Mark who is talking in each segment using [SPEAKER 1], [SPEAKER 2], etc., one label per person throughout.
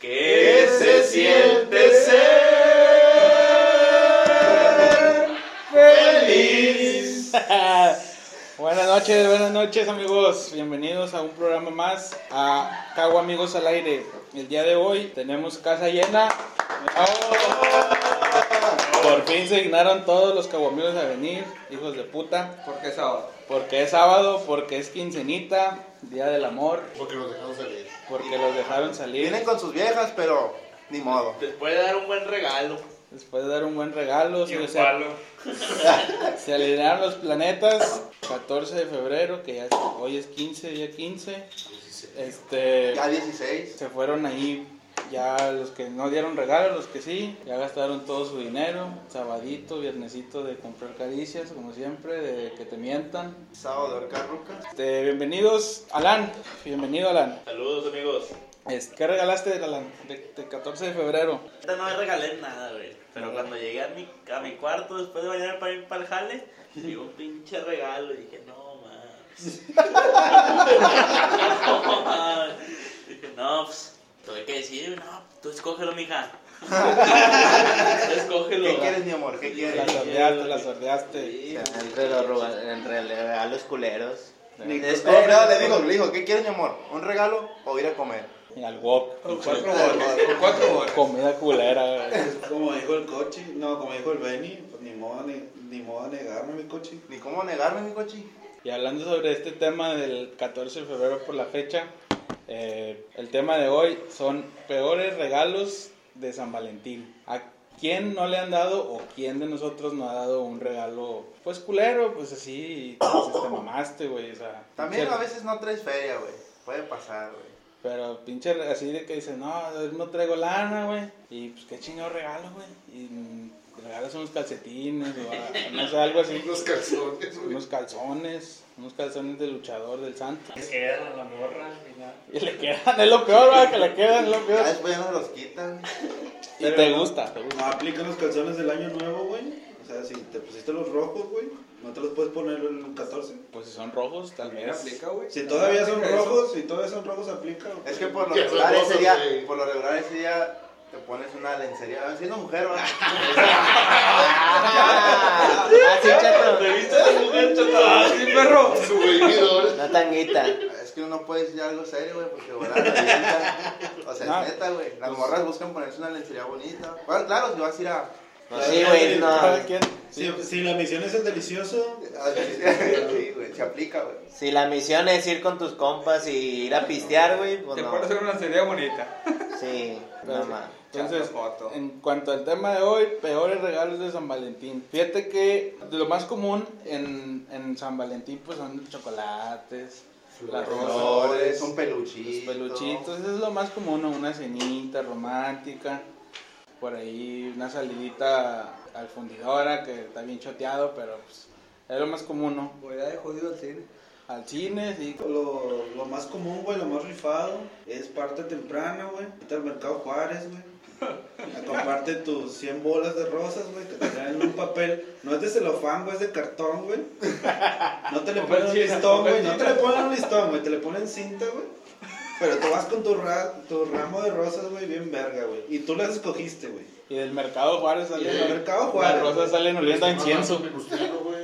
[SPEAKER 1] ¿Qué se siente ser feliz?
[SPEAKER 2] buenas noches, buenas noches amigos. Bienvenidos a un programa más a Cago Amigos al Aire. El día de hoy tenemos casa llena.
[SPEAKER 1] ¡Oh!
[SPEAKER 2] Por fin se dignaron todos los caguamigos a venir, hijos de puta.
[SPEAKER 3] Porque es sábado.
[SPEAKER 2] Porque es sábado, porque es quincenita, día del amor,
[SPEAKER 4] Porque nos dejamos salir.
[SPEAKER 2] porque los dejaron salir.
[SPEAKER 3] Vienen con sus viejas, pero ni modo.
[SPEAKER 1] Te puede dar un buen regalo.
[SPEAKER 2] Después de dar un buen regalo,
[SPEAKER 1] Y
[SPEAKER 2] se,
[SPEAKER 1] un
[SPEAKER 2] se-
[SPEAKER 1] palo.
[SPEAKER 2] se alinearon los planetas. 14 de febrero, que ya es- hoy es 15, día 15. Este.
[SPEAKER 3] Ya 16.
[SPEAKER 2] se fueron ahí ya los que no dieron regalo, los que sí, ya gastaron todo su dinero, sabadito, viernesito de comprar caricias, como siempre, de que te mientan.
[SPEAKER 3] Sábado de Carruca.
[SPEAKER 2] Este, bienvenidos, Alan, bienvenido Alan.
[SPEAKER 1] Saludos, amigos.
[SPEAKER 2] Es- ¿Qué regalaste, Alan, de, de 14 de febrero?
[SPEAKER 5] Ahorita no me regalé nada, güey. Pero cuando llegué a mi, a mi cuarto después de bañar para ir para el jale, llegó un pinche regalo. Y dije, no, mames. no, mames. Dije, no, pues, tuve que decir, no, tú escógelo, mija. Tú escógelo.
[SPEAKER 3] ¿Qué quieres, mi amor? ¿Qué
[SPEAKER 2] La
[SPEAKER 3] quieres?
[SPEAKER 2] sordeaste, la sordeaste.
[SPEAKER 5] Sí,
[SPEAKER 6] Entre los, roba- entre los regalos culeros.
[SPEAKER 3] Ni-
[SPEAKER 6] Es
[SPEAKER 3] Eh, no,
[SPEAKER 6] como-
[SPEAKER 3] le digo, le digo, ¿qué quieres, mi amor? ¿Un regalo o ir a comer?
[SPEAKER 2] Y al wok.
[SPEAKER 7] Cuatro bolas, con cuatro bolas.
[SPEAKER 2] Comida culera. güey.
[SPEAKER 7] Como dijo el coche, no, como dijo el Benny, pues ni modo, ni, ni modo negarme mi coche.
[SPEAKER 3] Ni cómo negarme, mi coche.
[SPEAKER 2] Y hablando sobre este tema del 14 de febrero por la fecha, eh, el tema de hoy son peores regalos de San Valentín. ¿A quién no le han dado o quién de nosotros no ha dado un regalo? Pues culero, pues así, pues, te mamaste, güey. O sea,
[SPEAKER 3] También
[SPEAKER 2] pinche-
[SPEAKER 3] a veces no traes feria, güey. Puede pasar, güey.
[SPEAKER 2] Pero pinche re- así de que dice, no, no traigo lana, güey. Y pues qué chingado regalo, güey. Y mm, regalas unos calcetines o a- no sé, algo así.
[SPEAKER 4] Unos calzones, güey.
[SPEAKER 2] Unos calzones, unos calzones de luchador del santo.
[SPEAKER 1] Es que a la morra al final.
[SPEAKER 2] Y le quedan, es lo peor, ¿verdad? Que le quedan, es lo
[SPEAKER 3] Ya
[SPEAKER 2] peor.
[SPEAKER 3] después ya no los quitan.
[SPEAKER 2] Y te gusta, te gusta.
[SPEAKER 7] No aplican los calzones del año nuevo, güey. O sea, si te pusiste los rojos, güey, no te los puedes poner el 14.
[SPEAKER 2] Pues si son rojos, tal vez.
[SPEAKER 7] güey. Si todavía son rojos, si todavía son rojos, aplica. güey.
[SPEAKER 3] Es que por lo
[SPEAKER 4] Ya
[SPEAKER 3] regular
[SPEAKER 4] son
[SPEAKER 3] ese día,
[SPEAKER 4] rojos, güey.
[SPEAKER 3] por lo regular ese día te pones una lencería. Siendo mujer, ¿verdad?
[SPEAKER 6] Ah, Así chato.
[SPEAKER 7] Ah, perro!
[SPEAKER 4] Su bebidor.
[SPEAKER 6] No tanguita.
[SPEAKER 3] Es que uno puede decir algo serio, güey, porque bueno, la neta, O sea,
[SPEAKER 2] No,
[SPEAKER 3] es neta, güey. Las
[SPEAKER 2] pues-
[SPEAKER 3] morras buscan ponerse una lencería bonita. Bueno, claro, si vas a ir a.
[SPEAKER 6] No, sí, güey, no.
[SPEAKER 2] Cada quien-
[SPEAKER 7] Si, si la misión es el delicioso,
[SPEAKER 3] a- Sí, güey, se aplica, güey.
[SPEAKER 6] Si la misión es ir con tus compas y ir a pistear, güey, pues
[SPEAKER 7] te
[SPEAKER 6] no.
[SPEAKER 7] pones en una serie bonita.
[SPEAKER 6] Sí, no más.
[SPEAKER 2] Entonces, en cuanto al tema de hoy, peores regalos de San Valentín. Fíjate que lo más común en, en San Valentín pues son los chocolates, las
[SPEAKER 3] Flores,
[SPEAKER 2] rosas,
[SPEAKER 3] un
[SPEAKER 2] los
[SPEAKER 3] peluchito.
[SPEAKER 2] peluchitos. Eso es lo más común, ¿no? una cenita romántica, por ahí una salidita al fundidora que está bien choteado, pero pues, es lo más común, ¿no?
[SPEAKER 7] Voy a de jodido al cine.
[SPEAKER 2] Al cine, sí.
[SPEAKER 7] Lo, lo más común, güey, lo más rifado es parte temprana, güey. Vete al mercado Juárez, güey. A comprarte tus 100 bolas de rosas, güey. Te traen en un papel. No es de celofán, güey, es de cartón, güey. No te le ponen un listón, güey. No te le ponen un listón, güey. Te le ponen cinta, güey. Pero tú vas con tu, ra- tu ramo de rosas, güey, bien verga, güey. Y tú las escogiste, güey.
[SPEAKER 2] Y del mercado Juárez
[SPEAKER 7] Y
[SPEAKER 2] sale.
[SPEAKER 7] del mercado
[SPEAKER 2] Las
[SPEAKER 7] Juárez.
[SPEAKER 2] rosas
[SPEAKER 7] güey.
[SPEAKER 2] salen oliendo a incienso.
[SPEAKER 4] Me gustaron, güey.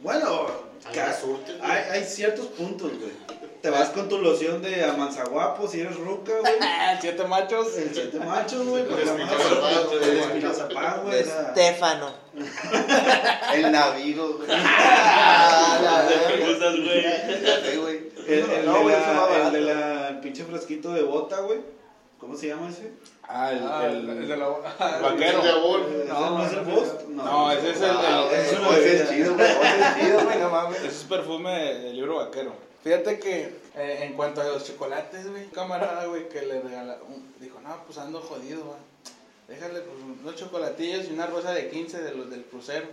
[SPEAKER 7] Bueno,
[SPEAKER 4] Ahí
[SPEAKER 7] ca-
[SPEAKER 4] la surten, güey.
[SPEAKER 7] hay, hay ciertos puntos, güey. Te vas con tu loción de amanzaguapo si eres ruca, güey.
[SPEAKER 2] Ah, Siete machos.
[SPEAKER 7] El siete machos, güey.
[SPEAKER 4] El Espinazapán, güey.
[SPEAKER 7] El espinazapán, güey.
[SPEAKER 6] De
[SPEAKER 7] la-
[SPEAKER 6] Estefano.
[SPEAKER 3] El navigo, güey. Ah, la
[SPEAKER 5] ¿Qué
[SPEAKER 3] verga.
[SPEAKER 5] gustas, güey?
[SPEAKER 3] Sí, güey.
[SPEAKER 7] El, el
[SPEAKER 3] No,
[SPEAKER 7] de
[SPEAKER 3] güey, eso va
[SPEAKER 7] la, el
[SPEAKER 3] barato.
[SPEAKER 7] de la- el pinche frasquito de bota, güey. ¿Cómo se llama ese?
[SPEAKER 2] Ah, el, ah, el-
[SPEAKER 4] Pinche
[SPEAKER 2] vaquero.
[SPEAKER 4] jabón.
[SPEAKER 7] ¿Ese Eh, no es el boost? No,
[SPEAKER 2] No, ese es el-
[SPEAKER 3] Ah,
[SPEAKER 2] el-
[SPEAKER 3] güey,
[SPEAKER 7] es una
[SPEAKER 3] Ese
[SPEAKER 7] bebida.
[SPEAKER 3] es chido, güey. Ese es chido, güey, no
[SPEAKER 2] Ese
[SPEAKER 3] mames.
[SPEAKER 2] es perfume de- del libro vaquero. Fíjate que eh, en cuanto a los chocolates, güey, un camarada, güey, que le regalaron, dijo, no, pues ando jodido, va. Déjale pues, unos chocolatillos y una rosa de 15 de los del crucero.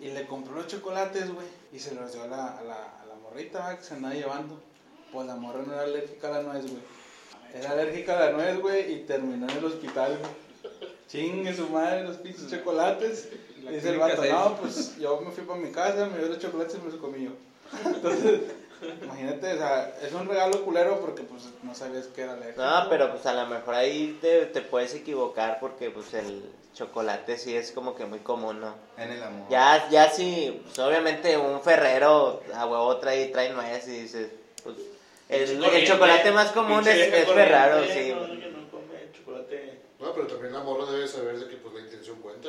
[SPEAKER 2] Y le compró los chocolates, güey, y se los dio a la, a la, a la morrita, va, que se andaba llevando. Pues la morra no era alérgica a la nuez, güey. Era alérgica a la nuez, güey, y terminó en el hospital, güey. Chingue su madre, los pinches chocolates. Dice el vato, no, pues yo me fui para mi casa, me dio los chocolates y me los comí yo. Entonces, Imagínate, o sea, es un regalo culero porque pues no sabías qué era leer.
[SPEAKER 6] No, pero pues a lo mejor ahí te, te puedes equivocar porque pues el chocolate sí es como que muy común, ¿no?
[SPEAKER 3] En el amor.
[SPEAKER 6] Ya, ya sí, pues, obviamente un ferrero a huevo trae, trae nuez y dices, pues el, el chocolate más común es,
[SPEAKER 1] Pinche vieja
[SPEAKER 6] es
[SPEAKER 1] corriente,
[SPEAKER 6] ferrero,
[SPEAKER 1] ¿no?
[SPEAKER 6] sí.
[SPEAKER 1] que no come chocolate.
[SPEAKER 4] No, pero también la morra debe saber de que pues la intención cuenta.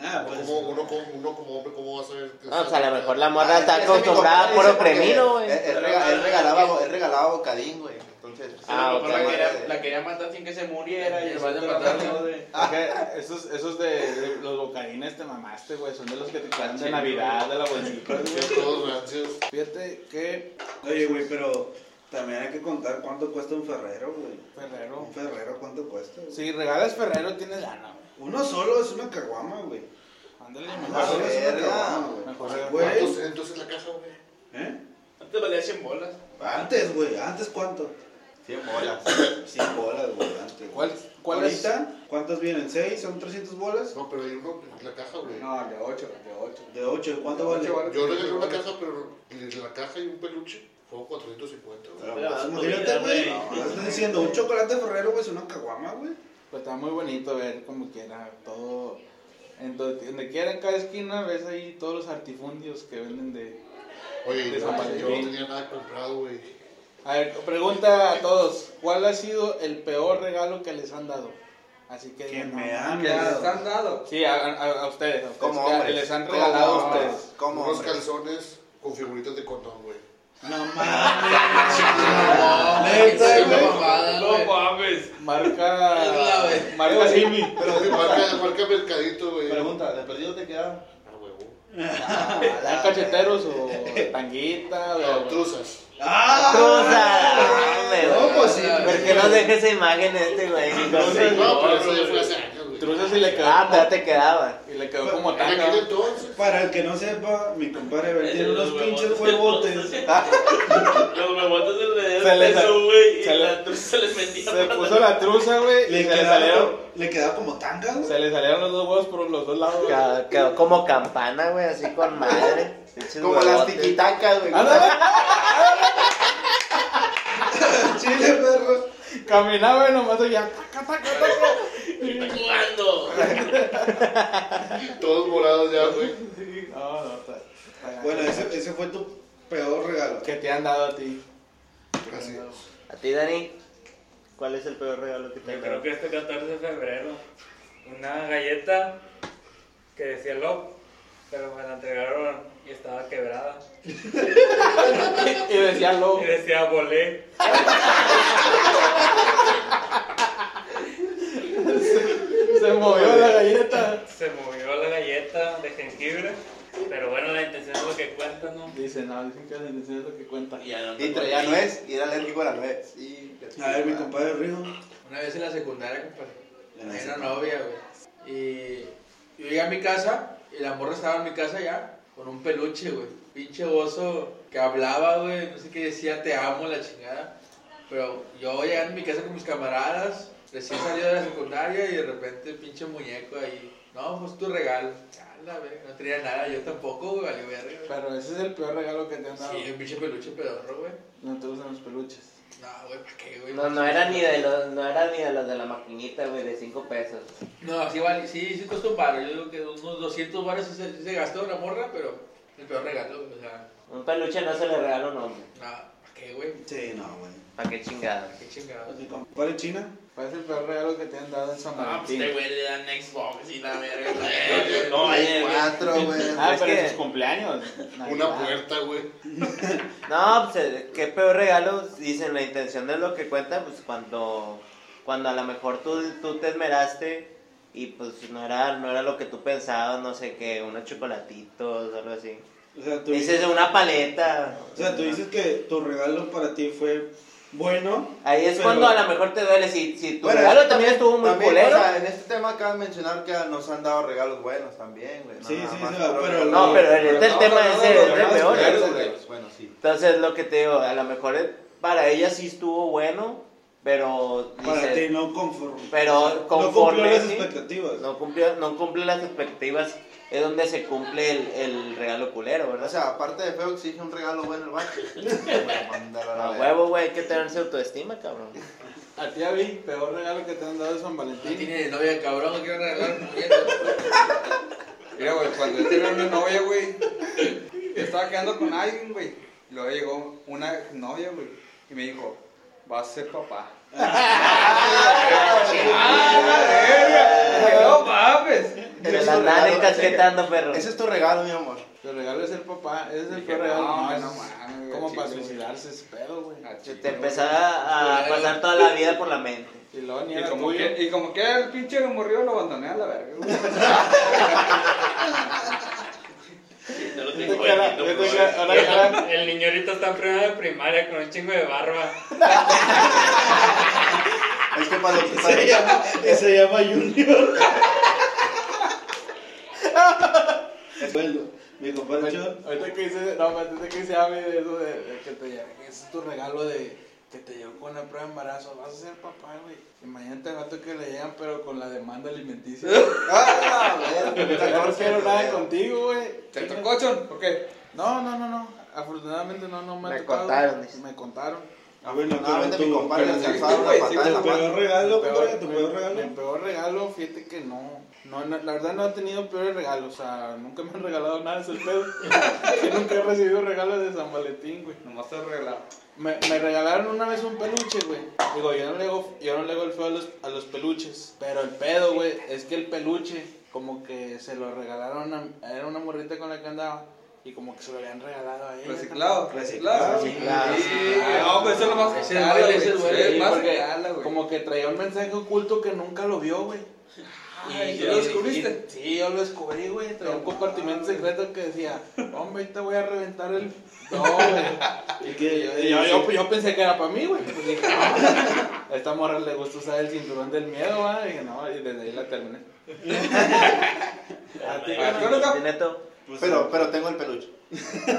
[SPEAKER 7] Ah,
[SPEAKER 4] Uno
[SPEAKER 7] pues.
[SPEAKER 4] como, uno, como, uno como hombre, ¿cómo va a saber? que
[SPEAKER 6] No,
[SPEAKER 4] sea
[SPEAKER 6] pues a lo
[SPEAKER 4] cuenta?
[SPEAKER 6] mejor la
[SPEAKER 3] Ah,
[SPEAKER 6] morra
[SPEAKER 3] es
[SPEAKER 6] está
[SPEAKER 3] que mi compadre
[SPEAKER 6] acostumbrada a
[SPEAKER 3] dice
[SPEAKER 6] puro
[SPEAKER 3] porque
[SPEAKER 6] cremino, güey.
[SPEAKER 3] Él, él rega- él regalaba, él regalaba bocadín, güey. Entonces,
[SPEAKER 6] Ah,
[SPEAKER 1] A lo mejor la,
[SPEAKER 6] ok.
[SPEAKER 1] quería, la quería matar sin que se muriera y el vato la mató, güey.
[SPEAKER 2] Porque esos, esos de, de los bocadines te mamaste, güey. Son de los que te traen de Navidad, de la bolsita, güey.
[SPEAKER 4] Que Todos rancios.
[SPEAKER 2] Fíjate que
[SPEAKER 7] Oye, güey, pero también hay que contar cuánto cuesta un ferrero, güey.
[SPEAKER 2] Ferrero.
[SPEAKER 7] Un ferrero, ¿cuánto cuesta? güey?
[SPEAKER 2] Si regalas Ferrero, tienes lana, güey.
[SPEAKER 7] Uno solo es una caguama, güey.
[SPEAKER 2] Ándale,
[SPEAKER 7] Uno
[SPEAKER 2] mejor.
[SPEAKER 7] solo es una
[SPEAKER 3] verga.
[SPEAKER 7] caguama, güey.
[SPEAKER 2] Mejor
[SPEAKER 7] Güey.
[SPEAKER 4] ¿Cuántos entonces en la caja, güey?
[SPEAKER 7] ¿Eh?
[SPEAKER 1] Antes valía 100 bolas.
[SPEAKER 7] Antes, güey. ¿Antes cuánto?
[SPEAKER 3] 100 bolas.
[SPEAKER 7] 100 bolas, güey. Antes.
[SPEAKER 2] ¿Cuál, cuál es?
[SPEAKER 7] ¿Ahorita? ¿Cuántas vienen? ¿6? ¿Son 300 bolas?
[SPEAKER 4] No, pero hay uno en la caja, güey.
[SPEAKER 2] No, de 8, de 8.
[SPEAKER 7] ¿De 8? ¿Cuánto
[SPEAKER 2] De
[SPEAKER 7] vale?
[SPEAKER 2] ocho vale.
[SPEAKER 4] Yo regalé una caja, pero en la caja y un peluche fueron 450, güey.
[SPEAKER 7] Pero,
[SPEAKER 5] Pero,
[SPEAKER 7] pues,
[SPEAKER 5] tu
[SPEAKER 7] Imagínate,
[SPEAKER 5] vida,
[SPEAKER 7] güey.
[SPEAKER 5] güey.
[SPEAKER 7] No, Estás diciendo, un chocolate ferrero, güey, es una caguama, güey.
[SPEAKER 2] Pues está muy bonito ver como quiera todo. En do- donde quiera, en cada esquina, ves ahí todos los artifundios que venden de.
[SPEAKER 4] Oye,
[SPEAKER 2] De
[SPEAKER 4] yo
[SPEAKER 2] San
[SPEAKER 4] yo no
[SPEAKER 2] Valentín.
[SPEAKER 4] tenía nada comprado, güey.
[SPEAKER 2] A ver, pregunta a todos: ¿cuál ha sido el peor regalo que les han dado? Así que.
[SPEAKER 7] Que
[SPEAKER 2] digan,
[SPEAKER 7] me
[SPEAKER 2] no,
[SPEAKER 7] han
[SPEAKER 2] que les
[SPEAKER 7] dado.
[SPEAKER 2] han dado. Sí, a, a- a ustedes. a ustedes,
[SPEAKER 3] Como
[SPEAKER 2] que
[SPEAKER 3] hombres.
[SPEAKER 2] les han
[SPEAKER 3] Como
[SPEAKER 2] regalado a
[SPEAKER 3] hombres.
[SPEAKER 2] ustedes.
[SPEAKER 3] Como
[SPEAKER 4] Unos
[SPEAKER 3] hombres.
[SPEAKER 4] calzones con figuritas de condón, güey.
[SPEAKER 7] No mames.
[SPEAKER 4] Sí,
[SPEAKER 7] Neta, güey.
[SPEAKER 4] güey.
[SPEAKER 1] No mames.
[SPEAKER 2] Marca. marca Simi.
[SPEAKER 4] Pero de marca, de marca Mercadito, güey.
[SPEAKER 3] Pregunta, ¿de perdido te quedaron?
[SPEAKER 4] Ah, huevo.
[SPEAKER 3] Ah,
[SPEAKER 2] ¿Eran cacheteros o tanguita? o-
[SPEAKER 4] No, truzas.
[SPEAKER 7] Ah,
[SPEAKER 6] Truza,
[SPEAKER 7] No, pues sí.
[SPEAKER 6] ¿Por qué no deja esa imagen este, güey?
[SPEAKER 4] No, pero eso ya fue hace años, güey.
[SPEAKER 2] Truzas y le quedó.
[SPEAKER 6] Ah, pero
[SPEAKER 2] como-
[SPEAKER 6] te quedaba.
[SPEAKER 2] Y le quedó como
[SPEAKER 4] En aquel
[SPEAKER 2] tanga.
[SPEAKER 4] entonces.
[SPEAKER 7] Para el que no sepa, mi compadre Abel tiene unos pinches huevotes.
[SPEAKER 5] Los huevotes del dedo
[SPEAKER 2] Se les-
[SPEAKER 5] peso, güey. Y
[SPEAKER 2] se les-
[SPEAKER 5] la truza se les metía.
[SPEAKER 2] Se puso la truza, güey, y
[SPEAKER 7] Le
[SPEAKER 2] se le
[SPEAKER 7] quedaba,
[SPEAKER 2] salieron.
[SPEAKER 7] le quedaba como tanga, güey.
[SPEAKER 2] Se le salieron los dos huevos por los dos lados. güey.
[SPEAKER 6] Quedó, Ah, quedó como campana, güey, así con madre. Pinches
[SPEAKER 3] Como las
[SPEAKER 6] huevotes.
[SPEAKER 3] tiquitacas,
[SPEAKER 2] Ah,
[SPEAKER 3] güey.
[SPEAKER 2] Ándale,
[SPEAKER 7] Chile, perro.
[SPEAKER 2] caminaba y nomás ya. Taca, taca, taca.
[SPEAKER 5] Está jugando.
[SPEAKER 4] Todos morados ya, güey.
[SPEAKER 2] No, no, está- está
[SPEAKER 7] Bueno,
[SPEAKER 2] gacho.
[SPEAKER 7] ese, ese fue tu peor regalo.
[SPEAKER 2] Ah. ¿Qué te han dado a ti?
[SPEAKER 4] Así.
[SPEAKER 6] ¿A ti, Dani? ¿Cuál es el peor regalo que te
[SPEAKER 8] Yo
[SPEAKER 6] han
[SPEAKER 8] creo
[SPEAKER 6] dado?
[SPEAKER 8] que este 14 de febrero, una galleta que decía Love, pero me la entregaron y estaba quebrada.
[SPEAKER 2] Y decía lobo.
[SPEAKER 8] Y decía volé.
[SPEAKER 2] Se movió la galleta.
[SPEAKER 8] Se movió la galleta de jengibre, pero bueno, la intención es lo que cuenta, ¿no?
[SPEAKER 2] Dice, no, dicen que la intención es lo que cuenta.
[SPEAKER 5] Y ya no
[SPEAKER 3] Y traía nuez y era alérgico a la nuez. Y-
[SPEAKER 7] A ver, mi compadre Río.
[SPEAKER 1] Una vez en la secundaria, compadre.
[SPEAKER 7] En la
[SPEAKER 1] Tenía una
[SPEAKER 7] secundaria.
[SPEAKER 1] novia, güey. Y yo llegué a mi casa y la morra estaba en mi casa ya con un peluche, güey. Pinche oso que hablaba, güey. No sé qué decía, te amo, la chingada. Pero yo llegando a mi casa con mis camaradas, recién salido de la secundaria y de repente el pinche muñeco ahí. No, pues tu regalo. Chala, güey. No tenía nada, yo tampoco, güey, valió verga. güey.
[SPEAKER 2] Pero ese es el peor regalo que te han dado.
[SPEAKER 1] Sí, el pinche peluche pedorro, güey.
[SPEAKER 2] No te gustan los peluches.
[SPEAKER 1] No, güey, ¿para qué, güey?
[SPEAKER 6] No, no era ni de los, no era ni de los de la maquinita, güey, de 5 pesos.
[SPEAKER 1] No, sí, vale, sí, sí costó un baro. Yo digo que unos 200 baros sí se, sí se gastó la morra, pero el peor regalo, o sea,
[SPEAKER 6] Un peluche no se le regala a un hombre.
[SPEAKER 1] nada, ¿para qué, güey?
[SPEAKER 7] Sí, no, güey.
[SPEAKER 6] ¿Para qué chingados?
[SPEAKER 1] Qué chingado.
[SPEAKER 7] Mi compadre China.
[SPEAKER 2] ¿Cuál es el peor regalo que te han dado en San
[SPEAKER 5] Ah, pues
[SPEAKER 2] Valentín?
[SPEAKER 5] este güey le dan Xbox y la verga.
[SPEAKER 4] No,
[SPEAKER 5] No,
[SPEAKER 3] Play
[SPEAKER 5] oye,
[SPEAKER 3] cuatro, güey.
[SPEAKER 2] Ah,
[SPEAKER 6] Es
[SPEAKER 2] pero
[SPEAKER 6] que-
[SPEAKER 2] en sus cumpleaños.
[SPEAKER 4] Una
[SPEAKER 2] Navidad.
[SPEAKER 4] puerta, güey.
[SPEAKER 6] No, pues eh, qué peor regalo. Dicen, la intención es lo que cuenta, pues cuando, cuando a lo mejor tú, tú te esmeraste y pues no era, no era lo que tú pensabas, no sé qué, unos chocolatitos, algo así.
[SPEAKER 7] O sea, tú
[SPEAKER 6] Dices una paleta.
[SPEAKER 7] o sea, tú dices que tu regalo para ti fue bueno.
[SPEAKER 6] Ahí es
[SPEAKER 7] pero-
[SPEAKER 6] cuando a lo mejor te duele. Si, si tu
[SPEAKER 3] Bueno,
[SPEAKER 6] regalo
[SPEAKER 3] es que
[SPEAKER 6] también estuvo muy
[SPEAKER 3] también,
[SPEAKER 6] culero.
[SPEAKER 3] o sea, en este tema acaban de mencionar que nos han dado regalos buenos también, güey.
[SPEAKER 7] Sí,
[SPEAKER 3] nada
[SPEAKER 7] sí,
[SPEAKER 3] más
[SPEAKER 7] sí, pero-
[SPEAKER 6] no, pero el, este el tema es el,
[SPEAKER 3] Los
[SPEAKER 6] el
[SPEAKER 3] regalos
[SPEAKER 6] peor.
[SPEAKER 3] culeros,
[SPEAKER 6] ¿eh?
[SPEAKER 3] güey. Bueno, sí.
[SPEAKER 6] Entonces, lo que te digo, a lo mejor eh, para ella sí estuvo bueno, pero.
[SPEAKER 7] Para
[SPEAKER 6] dices,
[SPEAKER 7] ti no conforme.
[SPEAKER 6] Pero
[SPEAKER 7] no cumplió
[SPEAKER 6] conforme.
[SPEAKER 7] las
[SPEAKER 6] sí,
[SPEAKER 7] expectativas.
[SPEAKER 6] No cumplió, no cumplió las expectativas es donde se cumple el, el regalo culero, ¿verdad?
[SPEAKER 3] O sea, aparte de feo, exige un regalo bueno el vato. Mándalo a la
[SPEAKER 6] a
[SPEAKER 3] verga.
[SPEAKER 6] huevo, güey, hay que tenerse autoestima, cabrón.
[SPEAKER 2] A ti, Avi, peor regalo que te han dado es San
[SPEAKER 1] No
[SPEAKER 2] Valentín.
[SPEAKER 1] tiene novia, cabrón, no quiero regalar puñetas.
[SPEAKER 2] Mira, güey, cuando yo tenía una novia, güey, yo estaba quedando con alguien, güey. Y luego llegó una novia, güey, y me dijo, vas a ser papá. ¡Ah, la verga! Dije, No mames.
[SPEAKER 6] Te
[SPEAKER 3] Ese es
[SPEAKER 6] la
[SPEAKER 3] tu
[SPEAKER 6] andan
[SPEAKER 3] regalo,
[SPEAKER 6] encasquetando, perro.
[SPEAKER 3] Ese es tu regalo, mi amor.
[SPEAKER 2] El regalo es el papá, ese es el
[SPEAKER 9] Dije,
[SPEAKER 2] peor regalo.
[SPEAKER 9] no,
[SPEAKER 2] No,
[SPEAKER 9] es-
[SPEAKER 2] no mames,
[SPEAKER 9] como
[SPEAKER 2] Como
[SPEAKER 9] para
[SPEAKER 2] para suicidarse ese pedo, güey.
[SPEAKER 6] Te empezaba a pasar toda la vida por la mente.
[SPEAKER 2] Y luego ni
[SPEAKER 9] Y
[SPEAKER 2] era
[SPEAKER 9] como,
[SPEAKER 2] tuyo.
[SPEAKER 9] que, y como que el pinche lo morrió, lo abandoné a la verga. güey.
[SPEAKER 5] No lo
[SPEAKER 2] Vete
[SPEAKER 5] tengo
[SPEAKER 2] que ahora-
[SPEAKER 5] ahí, no, Ah,
[SPEAKER 2] vete que
[SPEAKER 5] pero-
[SPEAKER 2] ahora- ahora-
[SPEAKER 8] El niño ahorita está en primera de primaria con un chingo de barba.
[SPEAKER 3] Es que para los que para-
[SPEAKER 7] Se llama Junior. bueno, mi compadre Chon.
[SPEAKER 2] Ahorita que dice, no, ahorita que dice Avi de eso de, de que te lleve, ese es tu regalo de que te llegó con la prueba de embarazo, vas a ser papá, güey. Imagínate el vato que le llegan, pero con la demanda alimenticia.
[SPEAKER 3] Ah, la verga,
[SPEAKER 2] Ya no quiero nada
[SPEAKER 3] con-
[SPEAKER 2] contigo, güey.
[SPEAKER 9] ¿Te tocó, Chon? ¿O qué?
[SPEAKER 2] No, no, no, no. Afortunadamente no, no me, ha
[SPEAKER 6] Me
[SPEAKER 2] tocado.
[SPEAKER 6] contaron, dice.
[SPEAKER 2] Me contaron.
[SPEAKER 7] Bueno, pero
[SPEAKER 3] Afortunadamente mi
[SPEAKER 7] tu,
[SPEAKER 3] compadre
[SPEAKER 7] pero
[SPEAKER 3] le
[SPEAKER 7] tu-
[SPEAKER 3] alzaron una
[SPEAKER 7] tu
[SPEAKER 3] patada en la
[SPEAKER 7] peor
[SPEAKER 3] mano.
[SPEAKER 7] regalo,
[SPEAKER 2] Mi
[SPEAKER 7] compadre, tu peor
[SPEAKER 2] mi
[SPEAKER 7] regalo.
[SPEAKER 2] peor regalo, fíjate que no. No, no, La verdad no he tenido peores regalos. O sea, nunca me han regalado nada, es el pedo. Que nunca he recibido regalos de San Valentín, güey.
[SPEAKER 9] Nomás te regalado.
[SPEAKER 2] Me, me regalaron una vez un peluche, güey. Digo, yo no le hago, yo no le hago el feo a los, a los peluches. Pero el pedo, güey, es que el peluche, como que se lo regalaron a. Era una morrita con la que andaba. Y como que se lo habían regalado a ella.
[SPEAKER 9] Reciclado.
[SPEAKER 7] Reciclado.
[SPEAKER 9] Sí,
[SPEAKER 6] Reciclado.
[SPEAKER 9] No, pues eso es lo más
[SPEAKER 1] Ese
[SPEAKER 9] caro,
[SPEAKER 1] duele,
[SPEAKER 9] güey.
[SPEAKER 1] ese
[SPEAKER 9] Sí,
[SPEAKER 1] duele,
[SPEAKER 9] es más
[SPEAKER 2] porque
[SPEAKER 9] regala, güey.
[SPEAKER 2] Como que traía un mensaje oculto que nunca lo vio, güey.
[SPEAKER 9] Ay, ¿tú lo descubriste?
[SPEAKER 2] y- sí, yo lo descubrí, güey. Traía un compartimento secreto que decía, hombre, ahorita voy a reventar el... No, güey. Y que yo, y yo, yo- yo pensé que era para mí, güey. Pues dije, "No, a esta morra le gusta usar el cinturón del miedo, va. Dije, no, y desde ahí la terminé. ¿A ti,
[SPEAKER 9] Ah,
[SPEAKER 2] carnal?
[SPEAKER 9] ¿tú nunca?
[SPEAKER 6] Neto,
[SPEAKER 7] Pues,
[SPEAKER 3] Pero, pero tengo el peluche.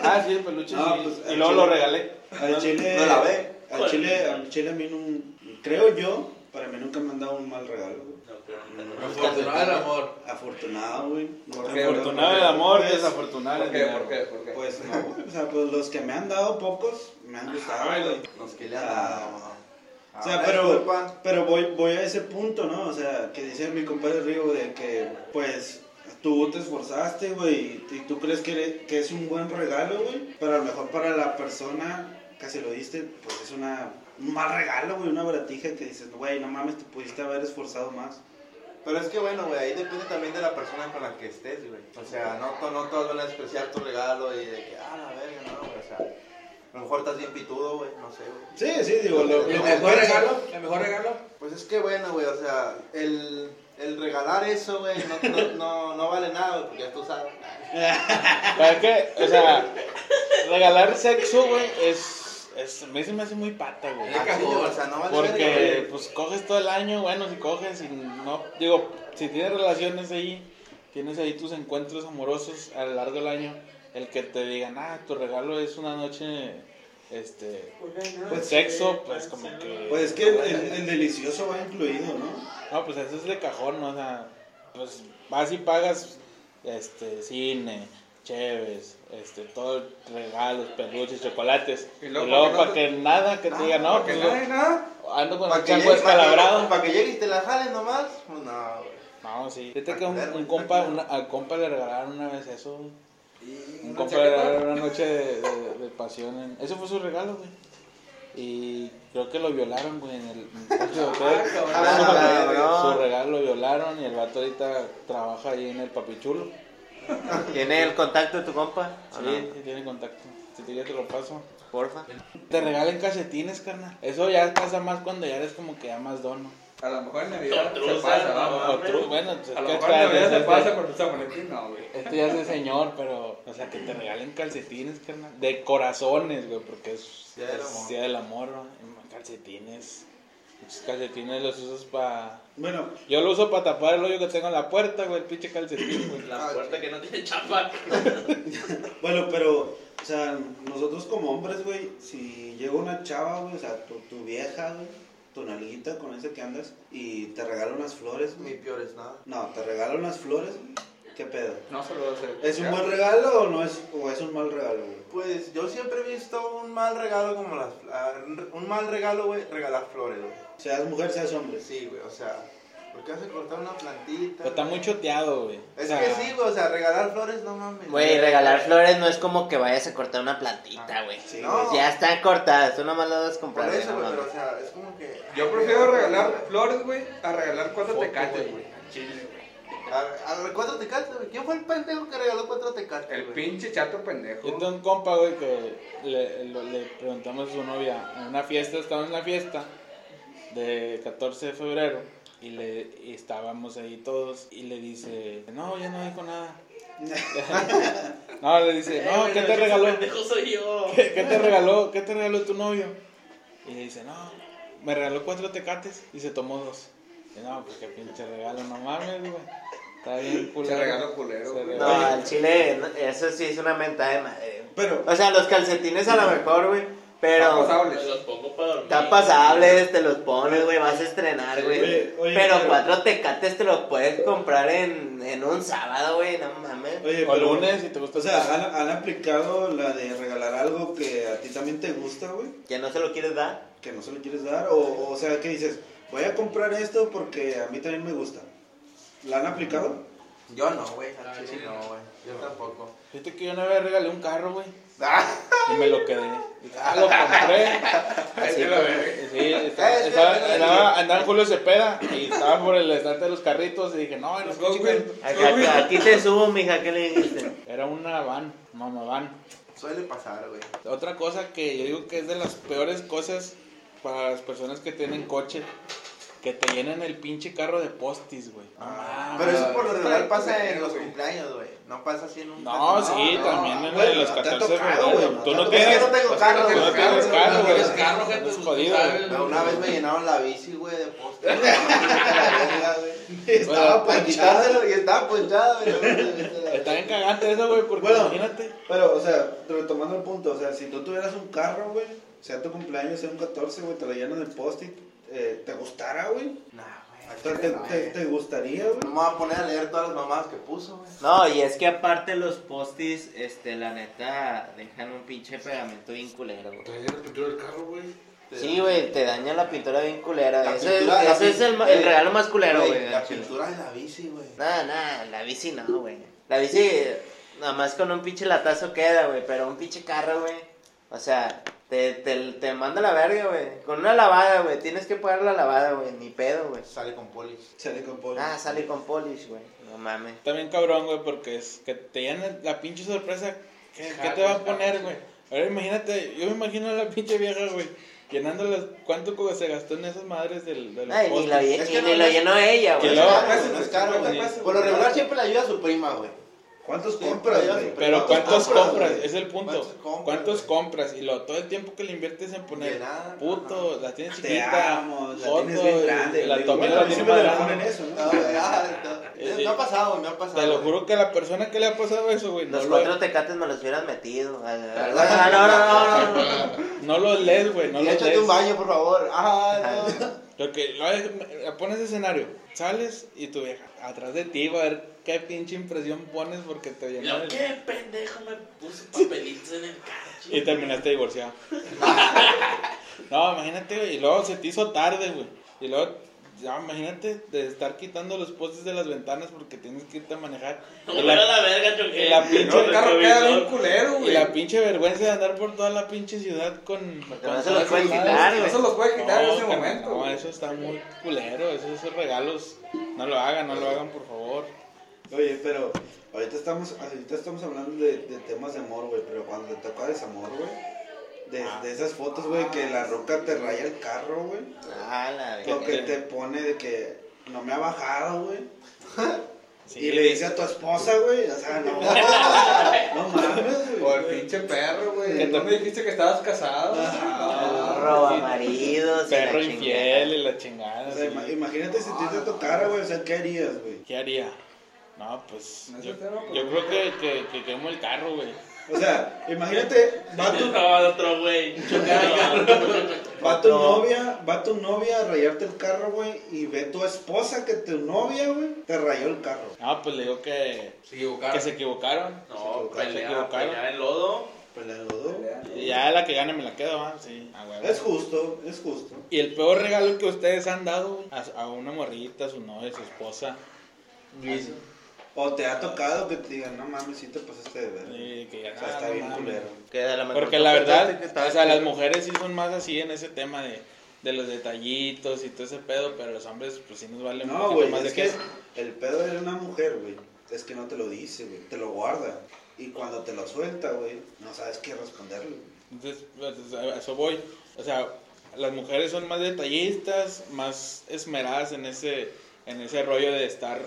[SPEAKER 2] Ah, sí, el peluche,
[SPEAKER 7] No,
[SPEAKER 2] sí.
[SPEAKER 7] pues,
[SPEAKER 2] y luego lo regalé.
[SPEAKER 7] Al Chile.
[SPEAKER 3] No la ve.
[SPEAKER 7] Al Chile, al Chile a mí nun- creo yo, para mí nunca me han dado un mal regalo. güey.
[SPEAKER 5] No, pero-
[SPEAKER 9] pues,
[SPEAKER 1] Afortunado el amor.
[SPEAKER 7] Afortunado, güey. Nunca me han dado
[SPEAKER 2] Afortunado
[SPEAKER 7] un
[SPEAKER 2] el
[SPEAKER 7] mal
[SPEAKER 2] amor,
[SPEAKER 7] regalo.
[SPEAKER 2] desafortunado
[SPEAKER 9] ¿Por
[SPEAKER 2] el
[SPEAKER 9] qué?
[SPEAKER 2] dinero.
[SPEAKER 9] ¿Por qué? ¿Por qué?
[SPEAKER 7] Pues no, güey. O sea, pues los que me han dado, pocos, me han gustado,
[SPEAKER 9] Ay,
[SPEAKER 7] güey.
[SPEAKER 3] Los que le han dado.
[SPEAKER 7] O sea,
[SPEAKER 3] Ah,
[SPEAKER 7] pero,
[SPEAKER 3] disculpa.
[SPEAKER 7] pero voy, voy a ese punto, ¿no? O sea, que dice mi compadre Río de que, pues, tú te esforzaste, güey, y tú crees que, eres- que es un buen regalo, güey. Pero a lo mejor para la persona que se lo diste, pues es una, un mal regalo, güey, una baratija que dices, güey, no mames, te pudiste haber esforzado más.
[SPEAKER 3] Pero es que bueno, güey, ahí depende también de la persona con la que estés, güey. O sea, no, to- no todos van a despreciar tu regalo y de que, ah, la verga, no, güey. O sea, a lo mejor estás bien pitudo, güey, no sé, güey.
[SPEAKER 7] Sí, sí, digo, lo,
[SPEAKER 1] ¿El
[SPEAKER 7] lo
[SPEAKER 1] mejor
[SPEAKER 7] compensa.
[SPEAKER 1] regalo? ¿El mejor regalo?
[SPEAKER 3] Pues es que bueno, güey, o sea, el, el regalar eso, güey, no, no, no, no vale nada, güey, porque ya tú sabes.
[SPEAKER 2] ¿Sabes qué? O sea, regalar sexo, güey, es, es. A mí se me hace muy pata, güey.
[SPEAKER 1] Ah,
[SPEAKER 3] Así, o sea, no vale verga,
[SPEAKER 2] Porque,
[SPEAKER 3] güey.
[SPEAKER 2] pues, coges todo el año, bueno, si coges, y no. Digo, si tienes relaciones ahí, tienes ahí tus encuentros amorosos a lo largo del año, el que te digan, ah, tu regalo es una noche. Este. Pues sexo, pues, como que.
[SPEAKER 7] Pues es que el, el- el delicioso va incluido, ¿no?
[SPEAKER 2] No, pues eso es de cajón, ¿no? o sea, pues vas y pagas este cine, cheves, este todo regalos, peluches, chocolates.
[SPEAKER 9] Y
[SPEAKER 2] Y
[SPEAKER 9] luego
[SPEAKER 2] luego,
[SPEAKER 9] para que no
[SPEAKER 2] para
[SPEAKER 9] te-
[SPEAKER 2] que nada que te diga, no,
[SPEAKER 9] ¿Por
[SPEAKER 2] pues
[SPEAKER 9] qué? Nada, nada.
[SPEAKER 2] yo ando con
[SPEAKER 3] Para
[SPEAKER 2] el
[SPEAKER 3] que,
[SPEAKER 2] chango
[SPEAKER 3] llegues, para, que,
[SPEAKER 2] descalabrado.
[SPEAKER 3] para que llegues y te la jales nomás, pues no, güey.
[SPEAKER 2] No, sí.
[SPEAKER 3] pa'
[SPEAKER 2] Fíjate que un,
[SPEAKER 3] cuidar,
[SPEAKER 2] un
[SPEAKER 3] pa'
[SPEAKER 2] compa,
[SPEAKER 3] cuidar.
[SPEAKER 2] una, al compa le regalaron una vez eso, güey. Un
[SPEAKER 9] ¿Una
[SPEAKER 2] compa le
[SPEAKER 9] chaqueta?
[SPEAKER 2] regalaron una noche de, de- de pasión. en- Eso fue su regalo, güey. Y creo que lo violaron, güey, en el, en el hotel.
[SPEAKER 3] Ah,
[SPEAKER 2] Su
[SPEAKER 6] cabrón.
[SPEAKER 2] regalo lo violaron y el vato ahorita trabaja ahí en el papichulo.
[SPEAKER 6] ¿Tiene el contacto de tu compa? ¿O
[SPEAKER 2] Sí,
[SPEAKER 6] Ah, no?
[SPEAKER 2] sí tiene contacto. Si te, ya te lo paso.
[SPEAKER 6] Porfa.
[SPEAKER 2] Te regalen calcetines, carnal. Eso ya pasa más cuando ya eres como que ya más dono.
[SPEAKER 9] A lo mejor en Navidad se
[SPEAKER 5] Truza,
[SPEAKER 9] pasa,
[SPEAKER 5] no,
[SPEAKER 9] ¿no?
[SPEAKER 2] O tru- bueno, pues,
[SPEAKER 9] Ah, A lo
[SPEAKER 2] que
[SPEAKER 9] mejor en
[SPEAKER 2] espérate,
[SPEAKER 9] Navidad se
[SPEAKER 2] este-
[SPEAKER 9] pasa por San Valentín, no, güey.
[SPEAKER 2] Esto ya es de señor, pero, o sea, que te regalen calcetines, carnal. De corazones, güey, porque es
[SPEAKER 3] Día del
[SPEAKER 2] es
[SPEAKER 3] amor.
[SPEAKER 2] día del amor, ¿no? Calcetines. Muchos calcetines los usas para.
[SPEAKER 7] Bueno,
[SPEAKER 2] Yo lo uso para tapar el hoyo que tengo en la puerta, güey, el pinche calcetín, güey.
[SPEAKER 3] Ah,
[SPEAKER 5] La puerta que no tiene chapa.
[SPEAKER 7] Bueno, pero, o sea, nosotros como hombres, güey, si llega una chava, güey, o sea, tu, tu vieja, güey, tu nalguita con ese que andas, y te regala unas flores,
[SPEAKER 3] Ni
[SPEAKER 7] güey.
[SPEAKER 3] peor es nada.
[SPEAKER 7] No, te regala unas flores, güey, ¿Qué pedo?
[SPEAKER 9] No se lo voy a hacer.
[SPEAKER 7] ¿Es un buen regalo o no es, o es un mal regalo, güey?
[SPEAKER 3] Pues yo siempre he visto un mal regalo como las. ah, un- Un mal regalo, güey, regalar flores, güey.
[SPEAKER 7] Seas mujer, seas hombre.
[SPEAKER 3] Sí, güey, o sea, porque vas a cortar una plantita.
[SPEAKER 2] Pero está muy choteado, güey. O
[SPEAKER 3] Es
[SPEAKER 2] sea,
[SPEAKER 3] que sí, güey, o sea, regalar flores, no mames.
[SPEAKER 6] Güey, regalar flores no es como que vayas a cortar una plantita, güey.
[SPEAKER 3] Ah, Sí, no.
[SPEAKER 6] Ya están cortadas, tú nomás las vas a
[SPEAKER 3] Por
[SPEAKER 6] comprar.
[SPEAKER 3] eso,
[SPEAKER 6] güey,
[SPEAKER 3] güey,
[SPEAKER 6] no
[SPEAKER 3] pero o
[SPEAKER 6] mames.
[SPEAKER 3] sea, es como que.
[SPEAKER 9] Yo prefiero regalar flores, güey, a regalar cuatro tecates, güey.
[SPEAKER 5] Chile, güey.
[SPEAKER 3] A, a cuatro tecates, güey. ¿Quién fue el pendejo que regaló cuatro tecates?
[SPEAKER 9] El
[SPEAKER 3] güey?
[SPEAKER 9] pinche chato
[SPEAKER 2] Yo
[SPEAKER 9] pendejo.
[SPEAKER 2] tengo un compa, güey, que le, lo- le preguntamos a su novia en una fiesta, estábamos en la fiesta de 14 de febrero y le y estábamos ahí todos y le dice, no, ya no dijo nada. no, le dice, no,
[SPEAKER 5] Eh,
[SPEAKER 2] ¿qué
[SPEAKER 5] güey,
[SPEAKER 2] te
[SPEAKER 5] ese
[SPEAKER 2] regaló?
[SPEAKER 5] pendejo soy yo.
[SPEAKER 2] ¿Qué, qué te regaló? ¿Qué te regaló tu novio? Y le dice, no, me regaló cuatro tecates y se tomó dos. Y no, pues qué pinche regalo, no mames, güey. Está bien culero.
[SPEAKER 9] Se regaló culero,
[SPEAKER 2] Se
[SPEAKER 9] güey.
[SPEAKER 2] regaló.
[SPEAKER 6] No, al chile, no, eso sí es una mentada de madre.
[SPEAKER 7] Pero,
[SPEAKER 6] O sea, los calcetines a lo mejor, güey.
[SPEAKER 9] Está
[SPEAKER 6] Pero
[SPEAKER 5] Me
[SPEAKER 9] pasable.
[SPEAKER 5] los pongo para dormir.
[SPEAKER 6] están pasables, este, te los pones, güey, vas a estrenar, güey.
[SPEAKER 7] oye, oye,
[SPEAKER 6] pero,
[SPEAKER 7] pero-
[SPEAKER 6] cuatro tecates te los puedes comprar en, en un sábado, güey, no mames.
[SPEAKER 7] oye,
[SPEAKER 2] O
[SPEAKER 7] pero-
[SPEAKER 2] lunes, si te gustó.
[SPEAKER 7] O sea, ¿han, han aplicado la de regalar algo que a ti también te gusta, güey?
[SPEAKER 6] Ya no se lo quieres dar.
[SPEAKER 7] Que no se lo quieres dar. O, o sea, que dices, voy a comprar esto porque a mí también me gusta. ¿La han aplicado?
[SPEAKER 3] Yo no, güey. al
[SPEAKER 1] Ah,
[SPEAKER 3] chile
[SPEAKER 1] chile.
[SPEAKER 3] no, güey. Yo tampoco.
[SPEAKER 2] Fíjate que yo una vez regalé un carro, güey. Y me lo quedé. Dije, Ah, lo compré. Así, güey. sí, estaba,
[SPEAKER 3] Eh, sí,
[SPEAKER 2] estaba-
[SPEAKER 3] sí, sí.
[SPEAKER 2] andaba- andaba en Julio Cepeda y estaba por el estante de los carritos y dije, no, los
[SPEAKER 9] Los dos,
[SPEAKER 2] pinches
[SPEAKER 9] güey.
[SPEAKER 2] carritos".
[SPEAKER 6] Acá-
[SPEAKER 9] Los dos, güey.
[SPEAKER 6] aquí te subo, mija, ¿qué le dijiste?
[SPEAKER 2] Era una van, mamá van.
[SPEAKER 3] Suele pasar, güey.
[SPEAKER 2] Otra cosa que yo digo que es de las peores cosas para las personas que tienen coche, que te llenan el pinche carro de postis, güey. No mames.
[SPEAKER 3] Pero eso por lo
[SPEAKER 9] está
[SPEAKER 3] general
[SPEAKER 9] bien,
[SPEAKER 3] pasa
[SPEAKER 9] güey,
[SPEAKER 3] en los
[SPEAKER 9] güey.
[SPEAKER 3] cumpleaños, güey. No pasa así en un.
[SPEAKER 2] No, sí,
[SPEAKER 7] no,
[SPEAKER 2] también en
[SPEAKER 7] güey,
[SPEAKER 2] el de los
[SPEAKER 7] no te ha
[SPEAKER 2] 14 de
[SPEAKER 7] tocado,
[SPEAKER 2] febrero.
[SPEAKER 7] güey, no
[SPEAKER 2] Tú
[SPEAKER 7] te
[SPEAKER 2] no
[SPEAKER 7] ha
[SPEAKER 3] Es que
[SPEAKER 2] tienes.
[SPEAKER 3] no tengo carro,
[SPEAKER 2] tú no
[SPEAKER 3] güey.
[SPEAKER 2] tienes carro, güey.
[SPEAKER 1] Es carro, gente,
[SPEAKER 2] Es
[SPEAKER 1] pues,
[SPEAKER 2] jodido,
[SPEAKER 1] tú
[SPEAKER 2] güey.
[SPEAKER 1] sabes,
[SPEAKER 3] Pero Una vez me llenaron la bici, güey, de poste. La verga, güey.
[SPEAKER 7] Estaba
[SPEAKER 3] Para
[SPEAKER 7] ponchada.
[SPEAKER 3] quitárselo y estaba ponchada, güey.
[SPEAKER 2] Está bien cagante eso, güey, porque
[SPEAKER 7] Bueno.
[SPEAKER 2] imagínate.
[SPEAKER 7] Pero, o sea, retomando el punto, o sea, si tú tuvieras un carro, güey, sea tu cumpleaños, sea un 14, güey, te lo llenan de post-it, eh, ¿te gustara, güey?
[SPEAKER 3] Nah, güey, al
[SPEAKER 7] O sea,
[SPEAKER 3] chile
[SPEAKER 7] ¿Te,
[SPEAKER 3] no,
[SPEAKER 7] te,
[SPEAKER 6] eh.
[SPEAKER 3] güey.
[SPEAKER 7] te gustaría, güey?
[SPEAKER 3] No me voy a poner a leer todas las mamadas que puso, güey.
[SPEAKER 6] No, y es que aparte los postis, este, la neta, dejan un pinche pegamento bien culero, güey.
[SPEAKER 4] Te dañan la pintura del carro, güey.
[SPEAKER 6] Sí, güey, te daña la pintura bien culera.
[SPEAKER 3] La
[SPEAKER 6] Ese,
[SPEAKER 3] pintura, la
[SPEAKER 6] ese
[SPEAKER 3] pin-
[SPEAKER 6] es el, ma-
[SPEAKER 3] güey,
[SPEAKER 6] el regalo más culero,
[SPEAKER 3] Güey,
[SPEAKER 6] güey.
[SPEAKER 3] La
[SPEAKER 6] al chile.
[SPEAKER 3] pintura de la bici, güey.
[SPEAKER 6] Nada, nada, la bici no, güey. La bici, nada más con un pinche latazo queda, güey. Pero un pinche carro, güey. O sea, te, te, te manda la verga, güey. Con una lavada, güey. Tienes que pagar la lavada, güey. Ni pedo, güey.
[SPEAKER 3] Sale con polis.
[SPEAKER 7] Sale con polvo.
[SPEAKER 6] Ah, sale con polish, güey. No mames.
[SPEAKER 2] Está bien cabrón, güey, porque es que te llenan la pinche sorpresa. ¿Qué, qué te va a poner, güey? Ahora imagínate, yo me imagino a la pinche vieja, güey, llenando las. ¿Cuánto co- se gastó en esas madres del, de los
[SPEAKER 6] Ay, ni
[SPEAKER 2] postis?
[SPEAKER 6] la, vie-
[SPEAKER 3] Es
[SPEAKER 6] ni-
[SPEAKER 3] que no
[SPEAKER 6] ni la
[SPEAKER 3] es-
[SPEAKER 6] llenó ella,
[SPEAKER 2] Que
[SPEAKER 6] güey.
[SPEAKER 2] luego-
[SPEAKER 3] Claro, güey, no es caro, güey.
[SPEAKER 9] 50 pesos,
[SPEAKER 3] Por lo
[SPEAKER 9] güey.
[SPEAKER 3] regular siempre le ayuda a su prima, güey.
[SPEAKER 7] ¿Cuántos compras,
[SPEAKER 3] Pero-
[SPEAKER 7] güey?
[SPEAKER 2] Pero ¿cuántas
[SPEAKER 3] ¿cuántas
[SPEAKER 2] compras?
[SPEAKER 3] compras, güey?
[SPEAKER 2] Es el punto.
[SPEAKER 3] ¿Cuántas compras,
[SPEAKER 2] ¿Cuántos
[SPEAKER 3] güey?
[SPEAKER 2] compras? Y lo, todo el tiempo que le inviertes en poner.
[SPEAKER 3] Llenar,
[SPEAKER 2] Puto, la tienes
[SPEAKER 7] Te
[SPEAKER 2] chiquita.
[SPEAKER 7] amo, la
[SPEAKER 2] foto,
[SPEAKER 7] tienes bien
[SPEAKER 2] y
[SPEAKER 7] grande,
[SPEAKER 2] La
[SPEAKER 7] güey.
[SPEAKER 2] tomé,
[SPEAKER 7] Bueno,
[SPEAKER 2] la
[SPEAKER 7] a mí sí
[SPEAKER 2] tiene más
[SPEAKER 7] me la ponen
[SPEAKER 2] grande.
[SPEAKER 7] eso, ¿no?
[SPEAKER 3] No, güey, ah,
[SPEAKER 10] Eh,
[SPEAKER 2] Es-
[SPEAKER 3] Me ha pasado, güey, me ha pasado.
[SPEAKER 2] Te lo
[SPEAKER 3] güey.
[SPEAKER 2] juro que a la persona que le ha pasado eso, güey, no
[SPEAKER 6] Los
[SPEAKER 2] lo,
[SPEAKER 6] cuatro tecates me los hubieras metido. Ah, No, no, no, no, no.
[SPEAKER 2] no lo lees, güey. No
[SPEAKER 3] Y
[SPEAKER 2] lo
[SPEAKER 3] échate
[SPEAKER 2] lees.
[SPEAKER 3] un baño, por favor. Ah, no.
[SPEAKER 2] Lo que lo es- pones escenario, sales y tu vieja atrás de ti va a ver qué pinche impresión pones porque te llenó
[SPEAKER 5] Lo
[SPEAKER 2] el...
[SPEAKER 5] que pendejo me puso papelitos en el carro.
[SPEAKER 2] y terminaste divorciado. no, imagínate, güey, y luego se te hizo tarde, güey. Y luego ya imagínate de estar quitando los postes de las ventanas porque tienes que irte a manejar.
[SPEAKER 5] No,
[SPEAKER 2] Y
[SPEAKER 5] pero
[SPEAKER 2] la,
[SPEAKER 5] la verga, choqué.
[SPEAKER 2] y la pinche-
[SPEAKER 9] El carro queda bien
[SPEAKER 5] retrovisor.
[SPEAKER 9] culero,
[SPEAKER 2] y
[SPEAKER 9] güey.
[SPEAKER 2] la pinche vergüenza de andar por toda la pinche ciudad con con
[SPEAKER 6] no se
[SPEAKER 2] todas
[SPEAKER 6] los pueden
[SPEAKER 2] esas
[SPEAKER 6] quitar, güey.
[SPEAKER 9] No se los puede quitar en ese
[SPEAKER 2] carnal,
[SPEAKER 9] momento.
[SPEAKER 2] no,
[SPEAKER 9] güey.
[SPEAKER 2] eso está muy culero, esos, esos regalos no lo hagan, no lo hagan por favor.
[SPEAKER 7] Oye, pero ahorita estamos, ahorita estamos hablando de, de temas de amor, güey, pero cuando te toca desamor, güey, de, de esas fotos, güey, que la roca te raya el carro, güey,
[SPEAKER 6] Ah, la
[SPEAKER 7] lo que
[SPEAKER 6] verga.
[SPEAKER 7] te pone de que no me ha bajado, güey.
[SPEAKER 2] Sí,
[SPEAKER 7] y le dice a tu esposa, güey, o sea, no, no mames,
[SPEAKER 9] O el
[SPEAKER 7] güey.
[SPEAKER 9] pinche perro,
[SPEAKER 2] Que
[SPEAKER 9] güey.
[SPEAKER 2] te-
[SPEAKER 9] No me dijiste que estabas casado.
[SPEAKER 6] Ah,
[SPEAKER 9] Ah,
[SPEAKER 6] Roba maridos. y la
[SPEAKER 2] Perro
[SPEAKER 6] chingada.
[SPEAKER 2] infiel y la
[SPEAKER 7] O
[SPEAKER 2] chingada.
[SPEAKER 7] sea,
[SPEAKER 2] sí.
[SPEAKER 7] ima- imagínate si a ti te tocara, güey, o sea, ¿qué harías, güey?
[SPEAKER 2] ¿Qué haría? No, pues.
[SPEAKER 9] No es
[SPEAKER 2] Yo,
[SPEAKER 9] el tema,
[SPEAKER 2] yo
[SPEAKER 9] pero-
[SPEAKER 2] creo que, que, que quemo el carro, güey.
[SPEAKER 7] O sea, imagínate, va tu,
[SPEAKER 5] No, el otro güey.
[SPEAKER 7] va tu
[SPEAKER 6] Otro.
[SPEAKER 7] novia, va tu novia a rayarte el carro, güey, y ve tu esposa que tu novia, güey, te rayó el carro.
[SPEAKER 2] Ah, pues le digo que,
[SPEAKER 1] Se equivocaron.
[SPEAKER 2] que se equivocaron.
[SPEAKER 5] No,
[SPEAKER 2] Se
[SPEAKER 5] pelea,
[SPEAKER 2] equivocaron.
[SPEAKER 5] pelea en lodo.
[SPEAKER 7] Pelea los dos.
[SPEAKER 2] Y ya la que gane me la quedo, ¿ah? Sí, a huevo.
[SPEAKER 7] Es justo, es justo.
[SPEAKER 2] Y el peor regalo que ustedes han dado güey, a, a una morrita, a su novia, a su esposa.
[SPEAKER 1] Luis,
[SPEAKER 7] O te ha tocado que te digan, no mames, si te pasaste de verga.
[SPEAKER 2] y que ya
[SPEAKER 7] O sea,
[SPEAKER 2] ah,
[SPEAKER 7] está
[SPEAKER 2] no
[SPEAKER 7] bien
[SPEAKER 2] mames.
[SPEAKER 7] culero.
[SPEAKER 6] Que a lo mejor
[SPEAKER 2] Porque
[SPEAKER 6] tú
[SPEAKER 2] la
[SPEAKER 6] pensaste
[SPEAKER 2] verdad,
[SPEAKER 6] que estaba
[SPEAKER 2] o sea, las
[SPEAKER 6] chido.
[SPEAKER 2] mujeres sí son más así en ese tema de, de los detallitos y todo ese pedo, pero los hombres pues sí nos valen un
[SPEAKER 7] No,
[SPEAKER 2] poquito
[SPEAKER 7] güey,
[SPEAKER 2] más
[SPEAKER 7] es
[SPEAKER 2] de
[SPEAKER 7] que
[SPEAKER 2] que-
[SPEAKER 7] el pedo de una mujer, güey, es que no te lo dice, güey, te lo guarda. Y cuando te lo suelta, güey, no sabes qué responderle.
[SPEAKER 2] Entonces, pues, a eso voy. O sea, las mujeres son más detallistas, más esmeradas en ese, en ese rollo de estar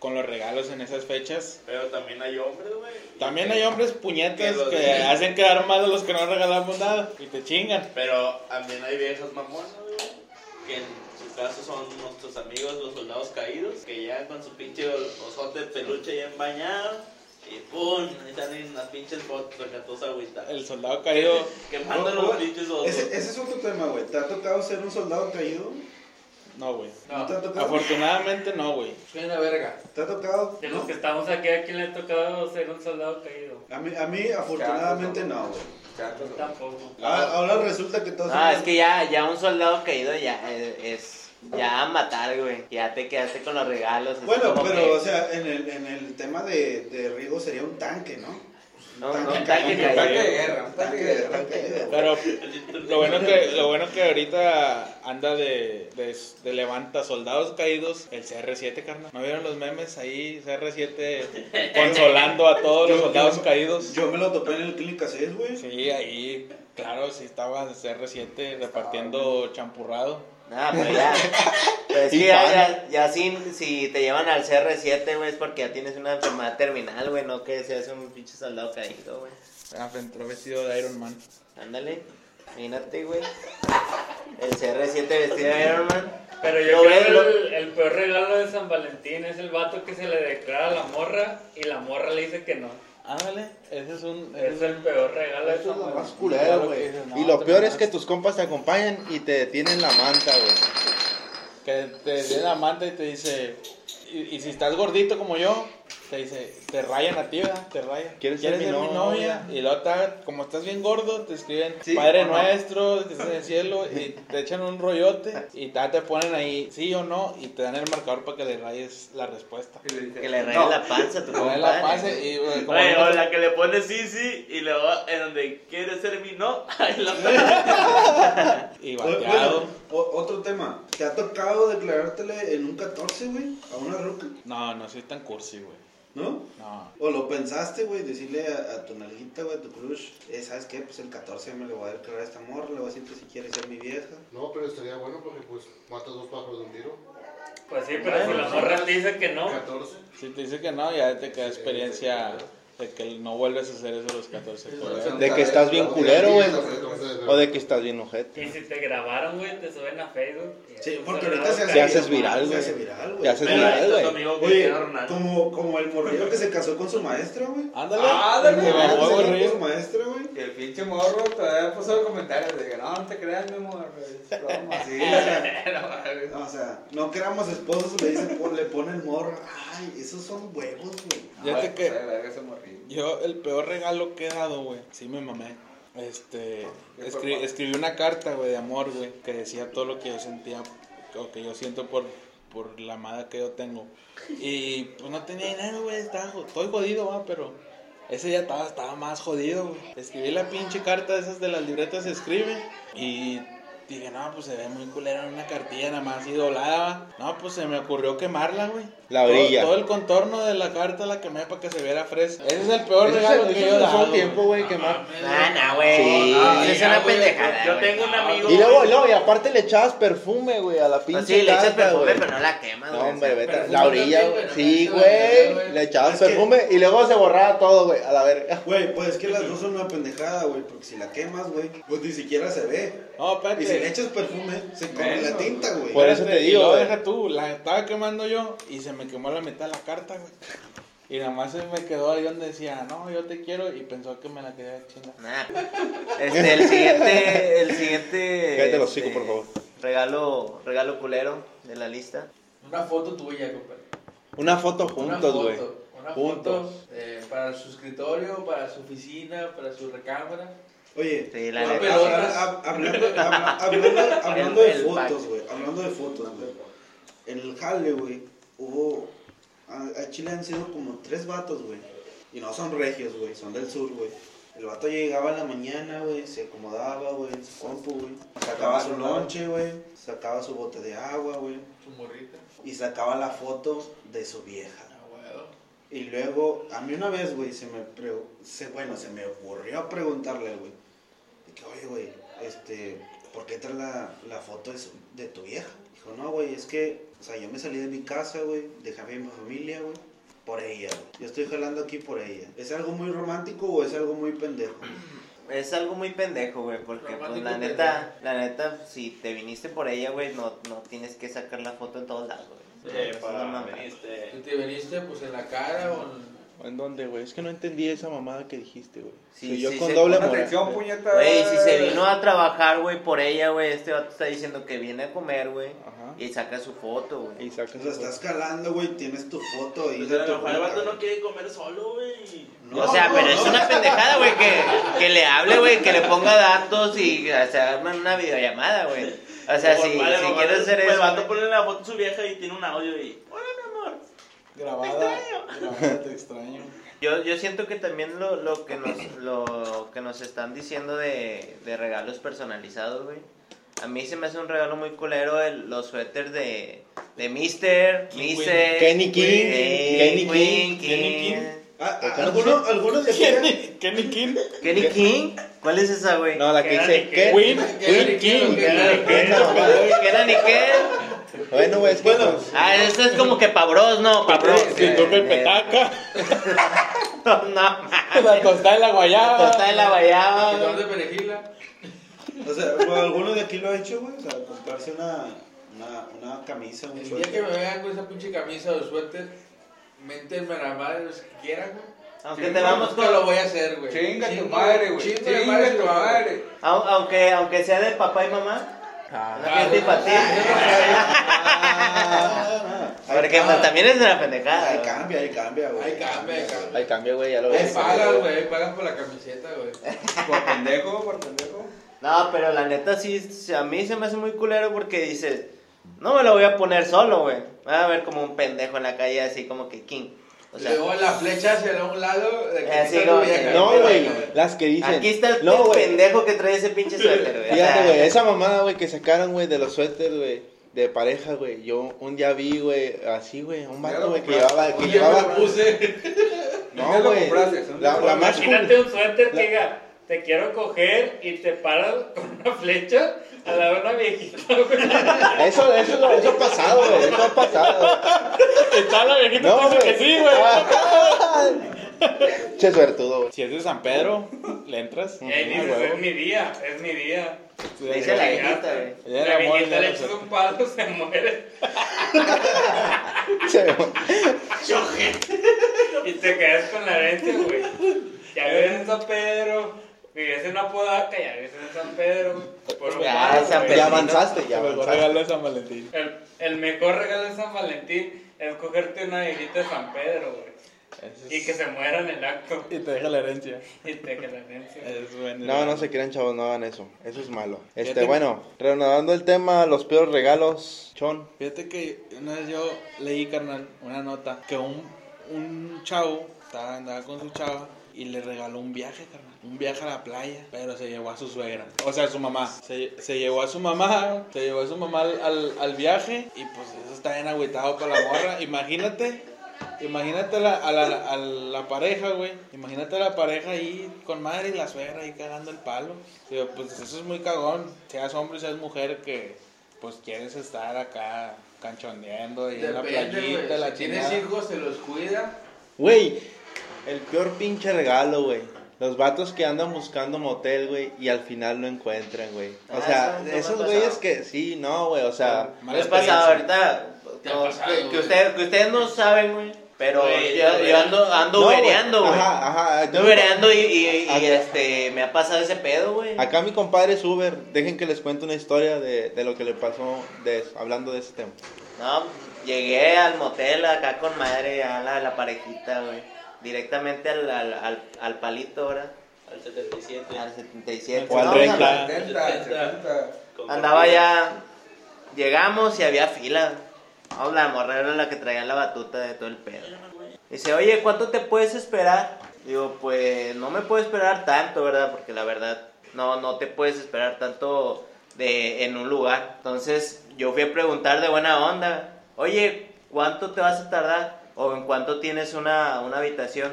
[SPEAKER 2] con los regalos en esas fechas.
[SPEAKER 5] Pero también hay hombres, güey.
[SPEAKER 2] También hay hombres puñetas
[SPEAKER 5] Que los
[SPEAKER 2] que
[SPEAKER 5] de-
[SPEAKER 2] hacen quedar mal a los que no regalamos nada y te chingan.
[SPEAKER 5] Pero también hay viejas mamonas, güey. Que en su caso son nuestros amigos, los soldados caídos, que llegan con su pinche osote de peluche bien bañado. Y pum, ahí salen las pinches fotos acá todos agüitados.
[SPEAKER 2] El soldado caído,
[SPEAKER 5] Quemando
[SPEAKER 7] Oh,
[SPEAKER 5] los
[SPEAKER 7] oh,
[SPEAKER 5] pinches osos.
[SPEAKER 7] Ese, ese es otro tema, güey. ¿Te ha tocado ser un soldado caído?
[SPEAKER 2] no, güey.
[SPEAKER 7] ¿No, te ha tocado?
[SPEAKER 2] Afortunadamente no, güey.
[SPEAKER 1] soy una verga.
[SPEAKER 7] ¿Te ha tocado?
[SPEAKER 8] De los
[SPEAKER 7] ¿No?
[SPEAKER 8] que estamos aquí, ¿a quién le ha tocado ser un soldado caído?
[SPEAKER 7] A mí, a mí afortunadamente no, güey.
[SPEAKER 8] Yo tampoco.
[SPEAKER 7] Ah, Ahora resulta que todos...
[SPEAKER 6] Ah, es que ya, ya un soldado caído ya eh, es. Ya a matar, güey. Ya te quedaste con los regalos. así
[SPEAKER 7] Bueno,
[SPEAKER 6] como
[SPEAKER 7] pero,
[SPEAKER 6] que-
[SPEAKER 7] o sea, en el, en el tema de, de Rigo sería un tanque, ¿no?
[SPEAKER 6] No, no,
[SPEAKER 7] tanque
[SPEAKER 6] un tanque
[SPEAKER 2] caído.
[SPEAKER 9] Tanque de
[SPEAKER 6] caído.
[SPEAKER 9] guerra, un tanque de guerra.
[SPEAKER 7] tanque de guerra.
[SPEAKER 2] Pero lo bueno que, lo bueno que ahorita anda de, de, de levanta soldados caídos el CR7, carnal. ¿No vieron los memes ahí? CR7 consolando a todos los
[SPEAKER 7] Yo-
[SPEAKER 2] soldados
[SPEAKER 7] yo-
[SPEAKER 2] caídos.
[SPEAKER 7] Yo me lo topé en el Clínica 6, güey.
[SPEAKER 2] Sí, ahí, claro, sí estaba CR7 repartiendo champurrado.
[SPEAKER 6] Ah, pero ya. Pero es
[SPEAKER 2] Y
[SPEAKER 6] que ya,
[SPEAKER 2] pan.
[SPEAKER 6] ya, ya sin- si te llevan al CR7, güey, es porque ya tienes una enfermedad terminal, güey. No que seas un pinche soldado caído, güey.
[SPEAKER 2] Ah, Entró vestido de Iron Man.
[SPEAKER 6] Ándale. Imagínate, güey. El CR7 vestido de Iron Man.
[SPEAKER 8] Pero
[SPEAKER 6] Lo
[SPEAKER 8] yo creo
[SPEAKER 6] ves,
[SPEAKER 8] que
[SPEAKER 6] lo-
[SPEAKER 8] el, el peor regalo de San Valentín es el vato que se le declara a la morra y la morra le dice que no.
[SPEAKER 2] Ándale, ese es un...
[SPEAKER 8] Ese es el peor regalo de San Valentín.
[SPEAKER 2] Claro que
[SPEAKER 10] culero, güey.
[SPEAKER 2] dices, no,
[SPEAKER 10] Y lo
[SPEAKER 2] te
[SPEAKER 10] peor es que
[SPEAKER 2] mamaste.
[SPEAKER 10] tus compas te acompañan y te detienen la manta, güey.
[SPEAKER 2] Que te viene la manta y te dice, y, y si estás gordito como yo, te dice, te rayan a ti, ¿verdad? Te rayan.
[SPEAKER 10] ¿Quieres ser mi novia?
[SPEAKER 2] Y luego, te- como estás bien gordo, te escriben,
[SPEAKER 10] Sí,
[SPEAKER 2] Padre
[SPEAKER 10] o no.
[SPEAKER 2] Nuestro, que estás en el cielo, y te echan un rollote, y ta- te ponen ahí, sí o no, y te dan el marcador para que le rayes la respuesta.
[SPEAKER 9] Y le dice,
[SPEAKER 6] Que le rayen
[SPEAKER 10] No.
[SPEAKER 6] la panza a tu
[SPEAKER 2] Te dan la
[SPEAKER 6] compadre.
[SPEAKER 2] pase y, güey, como
[SPEAKER 5] Oye,
[SPEAKER 2] no-
[SPEAKER 5] o la que le pone sí, sí, y luego en donde quiere ser mi no, ahí la pone.
[SPEAKER 2] y
[SPEAKER 7] Bueno,
[SPEAKER 2] bateado.
[SPEAKER 7] o- otro tema. ¿Te ha tocado declarártele en un 14, güey? A una ruca,
[SPEAKER 2] No, no soy tan cursi, güey.
[SPEAKER 7] ¿no?
[SPEAKER 2] No.
[SPEAKER 7] O lo pensaste, güey, decirle a, a tu nalguita, güey, a tu crush, eh, ¿sabes qué? Pues el 14 me le voy a declarar a esta morra, le voy a decir que si quiere ser mi vieja.
[SPEAKER 4] No, pero estaría bueno porque pues matas dos pájaros de un tiro.
[SPEAKER 8] Pues sí, pero si la morra te dice que no,
[SPEAKER 4] 14.
[SPEAKER 2] Si te dice que no, ya te queda experiencia de que no vuelves a hacer eso a los 14. güey.
[SPEAKER 10] De que estás bien culero, güey.
[SPEAKER 4] Entonces,
[SPEAKER 10] O de que estás bien ojete.
[SPEAKER 8] y si te grabaron, güey, te suben a Facebook. y
[SPEAKER 7] Sí,
[SPEAKER 8] es un
[SPEAKER 7] porque
[SPEAKER 8] soldado
[SPEAKER 7] ahorita se hace,
[SPEAKER 10] Te haces
[SPEAKER 7] güey,
[SPEAKER 10] viral,
[SPEAKER 7] Se
[SPEAKER 10] güey.
[SPEAKER 7] hace viral, güey.
[SPEAKER 10] Te haces
[SPEAKER 5] Pero ahí
[SPEAKER 10] viral,
[SPEAKER 5] está tu
[SPEAKER 10] güey.
[SPEAKER 5] amigo
[SPEAKER 7] Oye,
[SPEAKER 5] Cristiano Ronaldo.
[SPEAKER 7] como, como el morrillo que se casó con su maestra, güey.
[SPEAKER 2] Ándale.
[SPEAKER 9] Ándale.
[SPEAKER 2] Me
[SPEAKER 7] El morrillo
[SPEAKER 2] mamó,
[SPEAKER 7] que se casó
[SPEAKER 2] güey.
[SPEAKER 7] con su maestra, güey.
[SPEAKER 9] Y el pinche morro todavía puso comentarios. Le digo, no, no te creas, mi amor. Es broma. Sí,
[SPEAKER 7] No, O sea, no queramos esposos, le dicen, pon- le pone el morro. Ay, esos son huevos, güey.
[SPEAKER 2] Ya te que-
[SPEAKER 9] ese morrillo.
[SPEAKER 2] Yo, el peor regalo que he dado, güey. Sí, me mamé. Este.
[SPEAKER 9] ¿Qué
[SPEAKER 2] escri-
[SPEAKER 9] fue, pa?
[SPEAKER 2] escribí una carta, güey, de amor, güey. Que decía todo lo que yo sentía. O que yo siento por, por la amada que yo tengo. Y pues no tenía dinero, güey. Estaba, jo- estoy jodido, va, pero. Ese día estaba, estaba más jodido, güey. Escribí la pinche carta de esas de las libretas se escribe. Y dije, no, pues se ve muy culera en una cartilla nada más y doblada, va. No, pues se me ocurrió quemarla, güey.
[SPEAKER 10] La
[SPEAKER 2] Todo-
[SPEAKER 10] orilla.
[SPEAKER 2] Todo, el contorno de la carta la quemé para que se viera fresca. Ese es el peor
[SPEAKER 10] Ese es
[SPEAKER 2] regalo
[SPEAKER 10] el- ese
[SPEAKER 2] que yo he
[SPEAKER 10] es el
[SPEAKER 2] dado.
[SPEAKER 10] tiempo,
[SPEAKER 2] güey.
[SPEAKER 10] güey, que más.
[SPEAKER 6] Ah, no, güey.
[SPEAKER 10] Sí.
[SPEAKER 6] Esa es
[SPEAKER 5] Ya,
[SPEAKER 6] una
[SPEAKER 5] güey,
[SPEAKER 6] pendejada.
[SPEAKER 5] Yo
[SPEAKER 6] güey.
[SPEAKER 5] tengo un amigo.
[SPEAKER 10] Y luego, luego, y aparte le echabas perfume, güey, a la pinche.
[SPEAKER 6] Pues sí, le echas
[SPEAKER 10] carta,
[SPEAKER 6] perfume,
[SPEAKER 10] güey.
[SPEAKER 6] pero no la quemas,
[SPEAKER 10] No,
[SPEAKER 6] güey.
[SPEAKER 10] hombre, vete. a
[SPEAKER 1] Perfume
[SPEAKER 10] La orilla,
[SPEAKER 1] también,
[SPEAKER 10] güey.
[SPEAKER 1] güey,
[SPEAKER 10] Sí,
[SPEAKER 1] no manches,
[SPEAKER 10] güey.
[SPEAKER 1] güey.
[SPEAKER 10] Le echabas
[SPEAKER 7] Es que-
[SPEAKER 10] perfume y luego se borraba todo, güey. A la verga.
[SPEAKER 7] Güey, pues es que las dos son una pendejada, güey, porque si la quemas, güey, pues ni siquiera se ve.
[SPEAKER 2] No,
[SPEAKER 7] Y si le
[SPEAKER 2] espérate.
[SPEAKER 7] echas perfume, se come la tinta, güey.
[SPEAKER 10] Por eso te
[SPEAKER 2] Espérate, y
[SPEAKER 10] digo,
[SPEAKER 2] luego
[SPEAKER 10] güey.
[SPEAKER 2] deja tú, la estaba quemando yo y se me quemó la mitad de la carta, güey. Y nada más se me quedó ahí donde decía, no, yo te quiero, y pensó que me la quería chingar.
[SPEAKER 6] Nah. Este, el siguiente, el siguiente.
[SPEAKER 10] Cállate los
[SPEAKER 6] este,
[SPEAKER 10] hocico, por favor.
[SPEAKER 6] Regalo, regalo culero de la lista.
[SPEAKER 1] Una foto tuya, compadre.
[SPEAKER 10] Una foto
[SPEAKER 1] Una
[SPEAKER 10] juntos, güey.
[SPEAKER 1] foto, Una
[SPEAKER 10] Juntos.
[SPEAKER 1] foto eh, para su escritorio, para su oficina, para su recámara.
[SPEAKER 7] Oye,
[SPEAKER 6] Sí, la
[SPEAKER 1] No,
[SPEAKER 6] neta,
[SPEAKER 1] pero-
[SPEAKER 6] sí.
[SPEAKER 7] Ahora, hab- hablando, habla- hablando, hablando de
[SPEAKER 6] El- el
[SPEAKER 7] fotos,
[SPEAKER 6] pack.
[SPEAKER 7] güey. Hablando de fotos, güey. En el jale, güey, hubo. A, a Chile han sido como tres vatos, güey. Y no son regios, güey. Son del sur, güey. El vato llegaba en la mañana, güey. Se acomodaba, güey, en su compu, güey. Sacaba su lonche, güey. Sacaba su bote de agua, güey.
[SPEAKER 1] Su morrita.
[SPEAKER 7] Y sacaba la foto de su vieja.
[SPEAKER 1] Ah, huevo.
[SPEAKER 7] Y luego, a mí una vez, güey, se me pre- se, bueno, se me ocurrió preguntarle, güey. De que, oye, güey, este, ¿por qué traes la, la foto de, su- de tu vieja? Dijo, no, güey, es que, o sea, yo me salí de mi casa, güey, dejé a mi familia, güey, por ella, güey. Yo estoy jalando aquí por ella. ¿Es algo muy romántico o es algo muy pendejo?
[SPEAKER 6] Es algo muy pendejo, güey, porque pues,
[SPEAKER 1] Romántico
[SPEAKER 6] la
[SPEAKER 1] y
[SPEAKER 6] neta, la neta, si te viniste por ella, güey, no, no tienes que sacar la foto en todos lados, güey.
[SPEAKER 5] Eh,
[SPEAKER 6] Eso
[SPEAKER 5] para
[SPEAKER 6] no mames.
[SPEAKER 5] veniste.
[SPEAKER 1] ¿Tú te veniste pues en la cara o en...
[SPEAKER 10] ¿En dónde, güey? Es que no entendí esa mamada que dijiste, güey.
[SPEAKER 6] Sí,
[SPEAKER 10] Soy yo
[SPEAKER 6] sí,
[SPEAKER 10] con
[SPEAKER 6] se-
[SPEAKER 10] doble
[SPEAKER 6] pon
[SPEAKER 10] moral.
[SPEAKER 9] Atención,
[SPEAKER 10] güey.
[SPEAKER 9] puñeta.
[SPEAKER 6] Güey, si se vino a trabajar, güey, por ella, güey, este vato está diciendo que viene a comer, güey,
[SPEAKER 10] Ajá.
[SPEAKER 6] y saca su foto,
[SPEAKER 10] Y
[SPEAKER 6] güey.
[SPEAKER 10] sacas
[SPEAKER 7] O sea, estás jalando, güey, tienes tu foto ahí.
[SPEAKER 5] Pues
[SPEAKER 7] de
[SPEAKER 5] a
[SPEAKER 7] tu
[SPEAKER 5] lo mejor el
[SPEAKER 7] boca,
[SPEAKER 5] vato no
[SPEAKER 7] güey.
[SPEAKER 5] quiere comer solo, güey.
[SPEAKER 7] No,
[SPEAKER 6] o sea,
[SPEAKER 7] no,
[SPEAKER 6] pero
[SPEAKER 7] no.
[SPEAKER 6] es una pendejada, güey, que, que le hable, güey, que le ponga datos y o sea, arman una videollamada, güey. O sea, si,
[SPEAKER 5] Vale,
[SPEAKER 6] si
[SPEAKER 5] vale,
[SPEAKER 6] quieres hacer
[SPEAKER 5] pues,
[SPEAKER 6] eso,
[SPEAKER 5] El vato
[SPEAKER 6] güey.
[SPEAKER 5] pone la foto de su vieja y tiene un audio y. Hola, mi amor.
[SPEAKER 2] Grabada. Grabada, te extraño.
[SPEAKER 6] Yo, yo siento que también lo, lo, que, nos, lo que nos están diciendo de, de regalos personalizados, güey. A mí se me hace un regalo muy culero el, los suéteres de, de Mister, Mister,
[SPEAKER 10] Kenny King,
[SPEAKER 6] Kenny
[SPEAKER 10] Kenny
[SPEAKER 6] King,
[SPEAKER 10] King,
[SPEAKER 6] Kenny King.
[SPEAKER 7] Ah, ah,
[SPEAKER 10] ¿Por qué no
[SPEAKER 7] algunos, algunos le tienen-
[SPEAKER 2] Kenny King.
[SPEAKER 6] Kenny King, ¿cuál es esa, güey?
[SPEAKER 10] No, la que dice
[SPEAKER 8] Kenny King.
[SPEAKER 10] Ken-
[SPEAKER 2] Win,
[SPEAKER 1] Kenny
[SPEAKER 2] Win
[SPEAKER 1] King,
[SPEAKER 2] King.
[SPEAKER 1] Kenny
[SPEAKER 2] Kenny
[SPEAKER 6] No, güey, ¿Qué era ni qué?
[SPEAKER 10] Ken- Bueno, güey, es que. pues,
[SPEAKER 6] Ah, eso es como que pabros, no, pabros.
[SPEAKER 2] Disculpe el petaca.
[SPEAKER 6] No, no,
[SPEAKER 2] La tostada de la guayaba.
[SPEAKER 6] Total la
[SPEAKER 9] Ah.
[SPEAKER 6] guayaba.
[SPEAKER 1] ¿Qué
[SPEAKER 6] güey.
[SPEAKER 1] de perejila?
[SPEAKER 7] O sea, pues, alguno de aquí lo ha hecho, güey. O sea, comprarse una, una, una camisa, un
[SPEAKER 1] El día que
[SPEAKER 7] suéter.
[SPEAKER 1] me vean con esa pinche camisa o suéter, méntenme a la madre los que quieran, güey.
[SPEAKER 6] Aunque
[SPEAKER 1] Si
[SPEAKER 6] te
[SPEAKER 1] no
[SPEAKER 6] vamos
[SPEAKER 1] gusta,
[SPEAKER 6] con-
[SPEAKER 1] lo voy a hacer, güey.
[SPEAKER 9] Chinga tu
[SPEAKER 1] Chingo-
[SPEAKER 9] madre, güey.
[SPEAKER 1] chingo de
[SPEAKER 9] Chinga
[SPEAKER 1] lo
[SPEAKER 9] tu
[SPEAKER 1] hago.
[SPEAKER 9] madre.
[SPEAKER 6] Au- Aunque, aunque sea de papá y mamá.
[SPEAKER 1] Ah,
[SPEAKER 6] Gente y
[SPEAKER 1] güey.
[SPEAKER 6] para ti.
[SPEAKER 7] Ah,
[SPEAKER 6] Porque pues, también es de la pendejada.
[SPEAKER 7] Ahí
[SPEAKER 6] güey.
[SPEAKER 7] cambia, ahí cambia, güey.
[SPEAKER 1] Ah. Ahí cambia, ahí cambia.
[SPEAKER 10] Ahí cambia, güey, ya lo
[SPEAKER 1] Ahí
[SPEAKER 10] ves.
[SPEAKER 9] Este,
[SPEAKER 1] pagas, güey, ahí pagas por la camiseta, güey.
[SPEAKER 9] Por pendejo, por pendejo.
[SPEAKER 6] No, pero la neta sí, sí, a mí se me hace muy culero porque dices, no me lo voy a poner solo, güey. Me va a ver como un pendejo en la calle así como que King. O sea,
[SPEAKER 1] Luego la flecha hacia un lado, de
[SPEAKER 6] Eh,
[SPEAKER 1] aquí
[SPEAKER 6] sí,
[SPEAKER 1] está
[SPEAKER 6] como
[SPEAKER 1] tu vieja.
[SPEAKER 6] que-
[SPEAKER 10] No, güey, las que dicen.
[SPEAKER 6] aquí está el
[SPEAKER 10] no, güey.
[SPEAKER 6] pendejo que trae ese pinche suéter, güey. O
[SPEAKER 10] Fíjate,
[SPEAKER 6] sea,
[SPEAKER 10] güey, esa mamada, güey, que sacaron, güey, de los suéteres, güey, de pareja, güey. Yo un día vi, güey, así, güey, un vato, güey, que llevaba, que
[SPEAKER 1] Oye, me
[SPEAKER 10] llevaba...
[SPEAKER 1] lo puse.
[SPEAKER 10] No, güey, la, la más...
[SPEAKER 8] Imagínate un suéter que diga, te quiero coger y te paras con una flecha a la de una viejita, güey.
[SPEAKER 10] Eso, eso, lo- eso ha pasado, güey, eso ha pasado, güey.
[SPEAKER 8] Está la viejita
[SPEAKER 10] No,
[SPEAKER 8] dice
[SPEAKER 10] güey.
[SPEAKER 8] que sí, güey.
[SPEAKER 10] Che suertudo, güey.
[SPEAKER 2] Si es de San Pedro, le entras.
[SPEAKER 8] Y ahí dices, es mi día, es mi día.
[SPEAKER 6] le dice a la viejita, güey.
[SPEAKER 2] Ya
[SPEAKER 8] La
[SPEAKER 2] la muerte,
[SPEAKER 8] viejita le
[SPEAKER 2] ya la
[SPEAKER 8] echas un palo, se muere
[SPEAKER 10] Se ve-
[SPEAKER 8] y te quedas con la herencia, güey. Ya vives en San Pedro, vives en Apodaca, ya vives en San Pedro, güey. Por un
[SPEAKER 6] Pues Ya,
[SPEAKER 8] palo,
[SPEAKER 6] San
[SPEAKER 8] güey.
[SPEAKER 6] Pedro.
[SPEAKER 10] Ya avanzaste, ya
[SPEAKER 2] El mejor
[SPEAKER 10] avanzaste.
[SPEAKER 2] regalo de San Valentín.
[SPEAKER 8] El, el mejor regalo de San Valentín es cogerte una viejita de San Pedro, güey.
[SPEAKER 2] Eso es-
[SPEAKER 8] Y que se muera en el acto.
[SPEAKER 2] Y te deja la herencia.
[SPEAKER 8] Y te que la herencia.
[SPEAKER 2] Es bueno.
[SPEAKER 10] No, no se crean, chavos, no hagan eso. Eso es malo. Este,
[SPEAKER 2] te-
[SPEAKER 10] bueno, reanudando el tema, los peores regalos, chon.
[SPEAKER 2] Fíjate que una vez yo leí, carnal, una nota que un, un chavo estaba, andaba con su chava y le regaló un viaje, carnal. Un viaje a la playa, pero se llevó a su suegra. O sea, a su mamá. Se, se llevó a su mamá, se llevó a su mamá al, al- al viaje y pues eso está bien agüitado para la morra. Imagínate. Imagínate a la, a la, a la pareja, güey. Imagínate a la pareja ahí con madre y la suegra ahí cagando el palo. Digo, pues eso es muy cagón. Seas hombre, seas mujer, que pues quieres estar acá canchondeando y en la
[SPEAKER 1] Depende,
[SPEAKER 2] playita,
[SPEAKER 1] güey.
[SPEAKER 2] la
[SPEAKER 1] Si tienes
[SPEAKER 2] chingada.
[SPEAKER 1] hijos, se los cuida.
[SPEAKER 10] Güey, el peor pinche regalo, güey. Los vatos que andan buscando motel, güey, y al final no encuentran, güey. O
[SPEAKER 6] Ah,
[SPEAKER 10] sea,
[SPEAKER 6] eso me ha
[SPEAKER 10] esos
[SPEAKER 6] pasado.
[SPEAKER 10] güeyes que sí, no, güey, o sea,
[SPEAKER 2] Mala
[SPEAKER 6] Me ha pasado
[SPEAKER 2] experiencia.
[SPEAKER 6] ahorita.
[SPEAKER 1] Te ha
[SPEAKER 6] no,
[SPEAKER 1] pasado,
[SPEAKER 6] que, que
[SPEAKER 1] güey.
[SPEAKER 6] ustedes, que ustedes no saben, güey. Pero
[SPEAKER 5] Güey,
[SPEAKER 6] yo, yo ando, ando
[SPEAKER 10] No, güey.
[SPEAKER 6] ubereando, güey.
[SPEAKER 10] Ajá, ajá.
[SPEAKER 6] Ando ubereando y, y, y,
[SPEAKER 10] Acá-
[SPEAKER 6] este, me ha pasado ese pedo, güey.
[SPEAKER 10] Acá mi compadre es Uber. Dejen que les cuente una historia de, de lo que le pasó de eso, hablando de ese tema.
[SPEAKER 6] No, llegué al motel acá con madre, a la, la parejita, güey. Directamente al, al, al, al palito ahora,
[SPEAKER 5] Al 77.
[SPEAKER 6] al 77.
[SPEAKER 10] O al
[SPEAKER 6] No,
[SPEAKER 10] Renca.
[SPEAKER 6] andaba-
[SPEAKER 9] 70, 70.
[SPEAKER 6] Andaba ya, llegamos y había fila. No, la morra era la que traía la batuta de todo el pedo. Dice, oye, ¿cuánto te puedes esperar? Digo, pues no me puedo esperar tanto, ¿verdad? Porque la verdad, no, no te puedes esperar tanto de, en un lugar. Entonces yo fui a preguntar de buena onda, oye, ¿cuánto te vas a tardar? ¿O en cuánto tienes una, una habitación?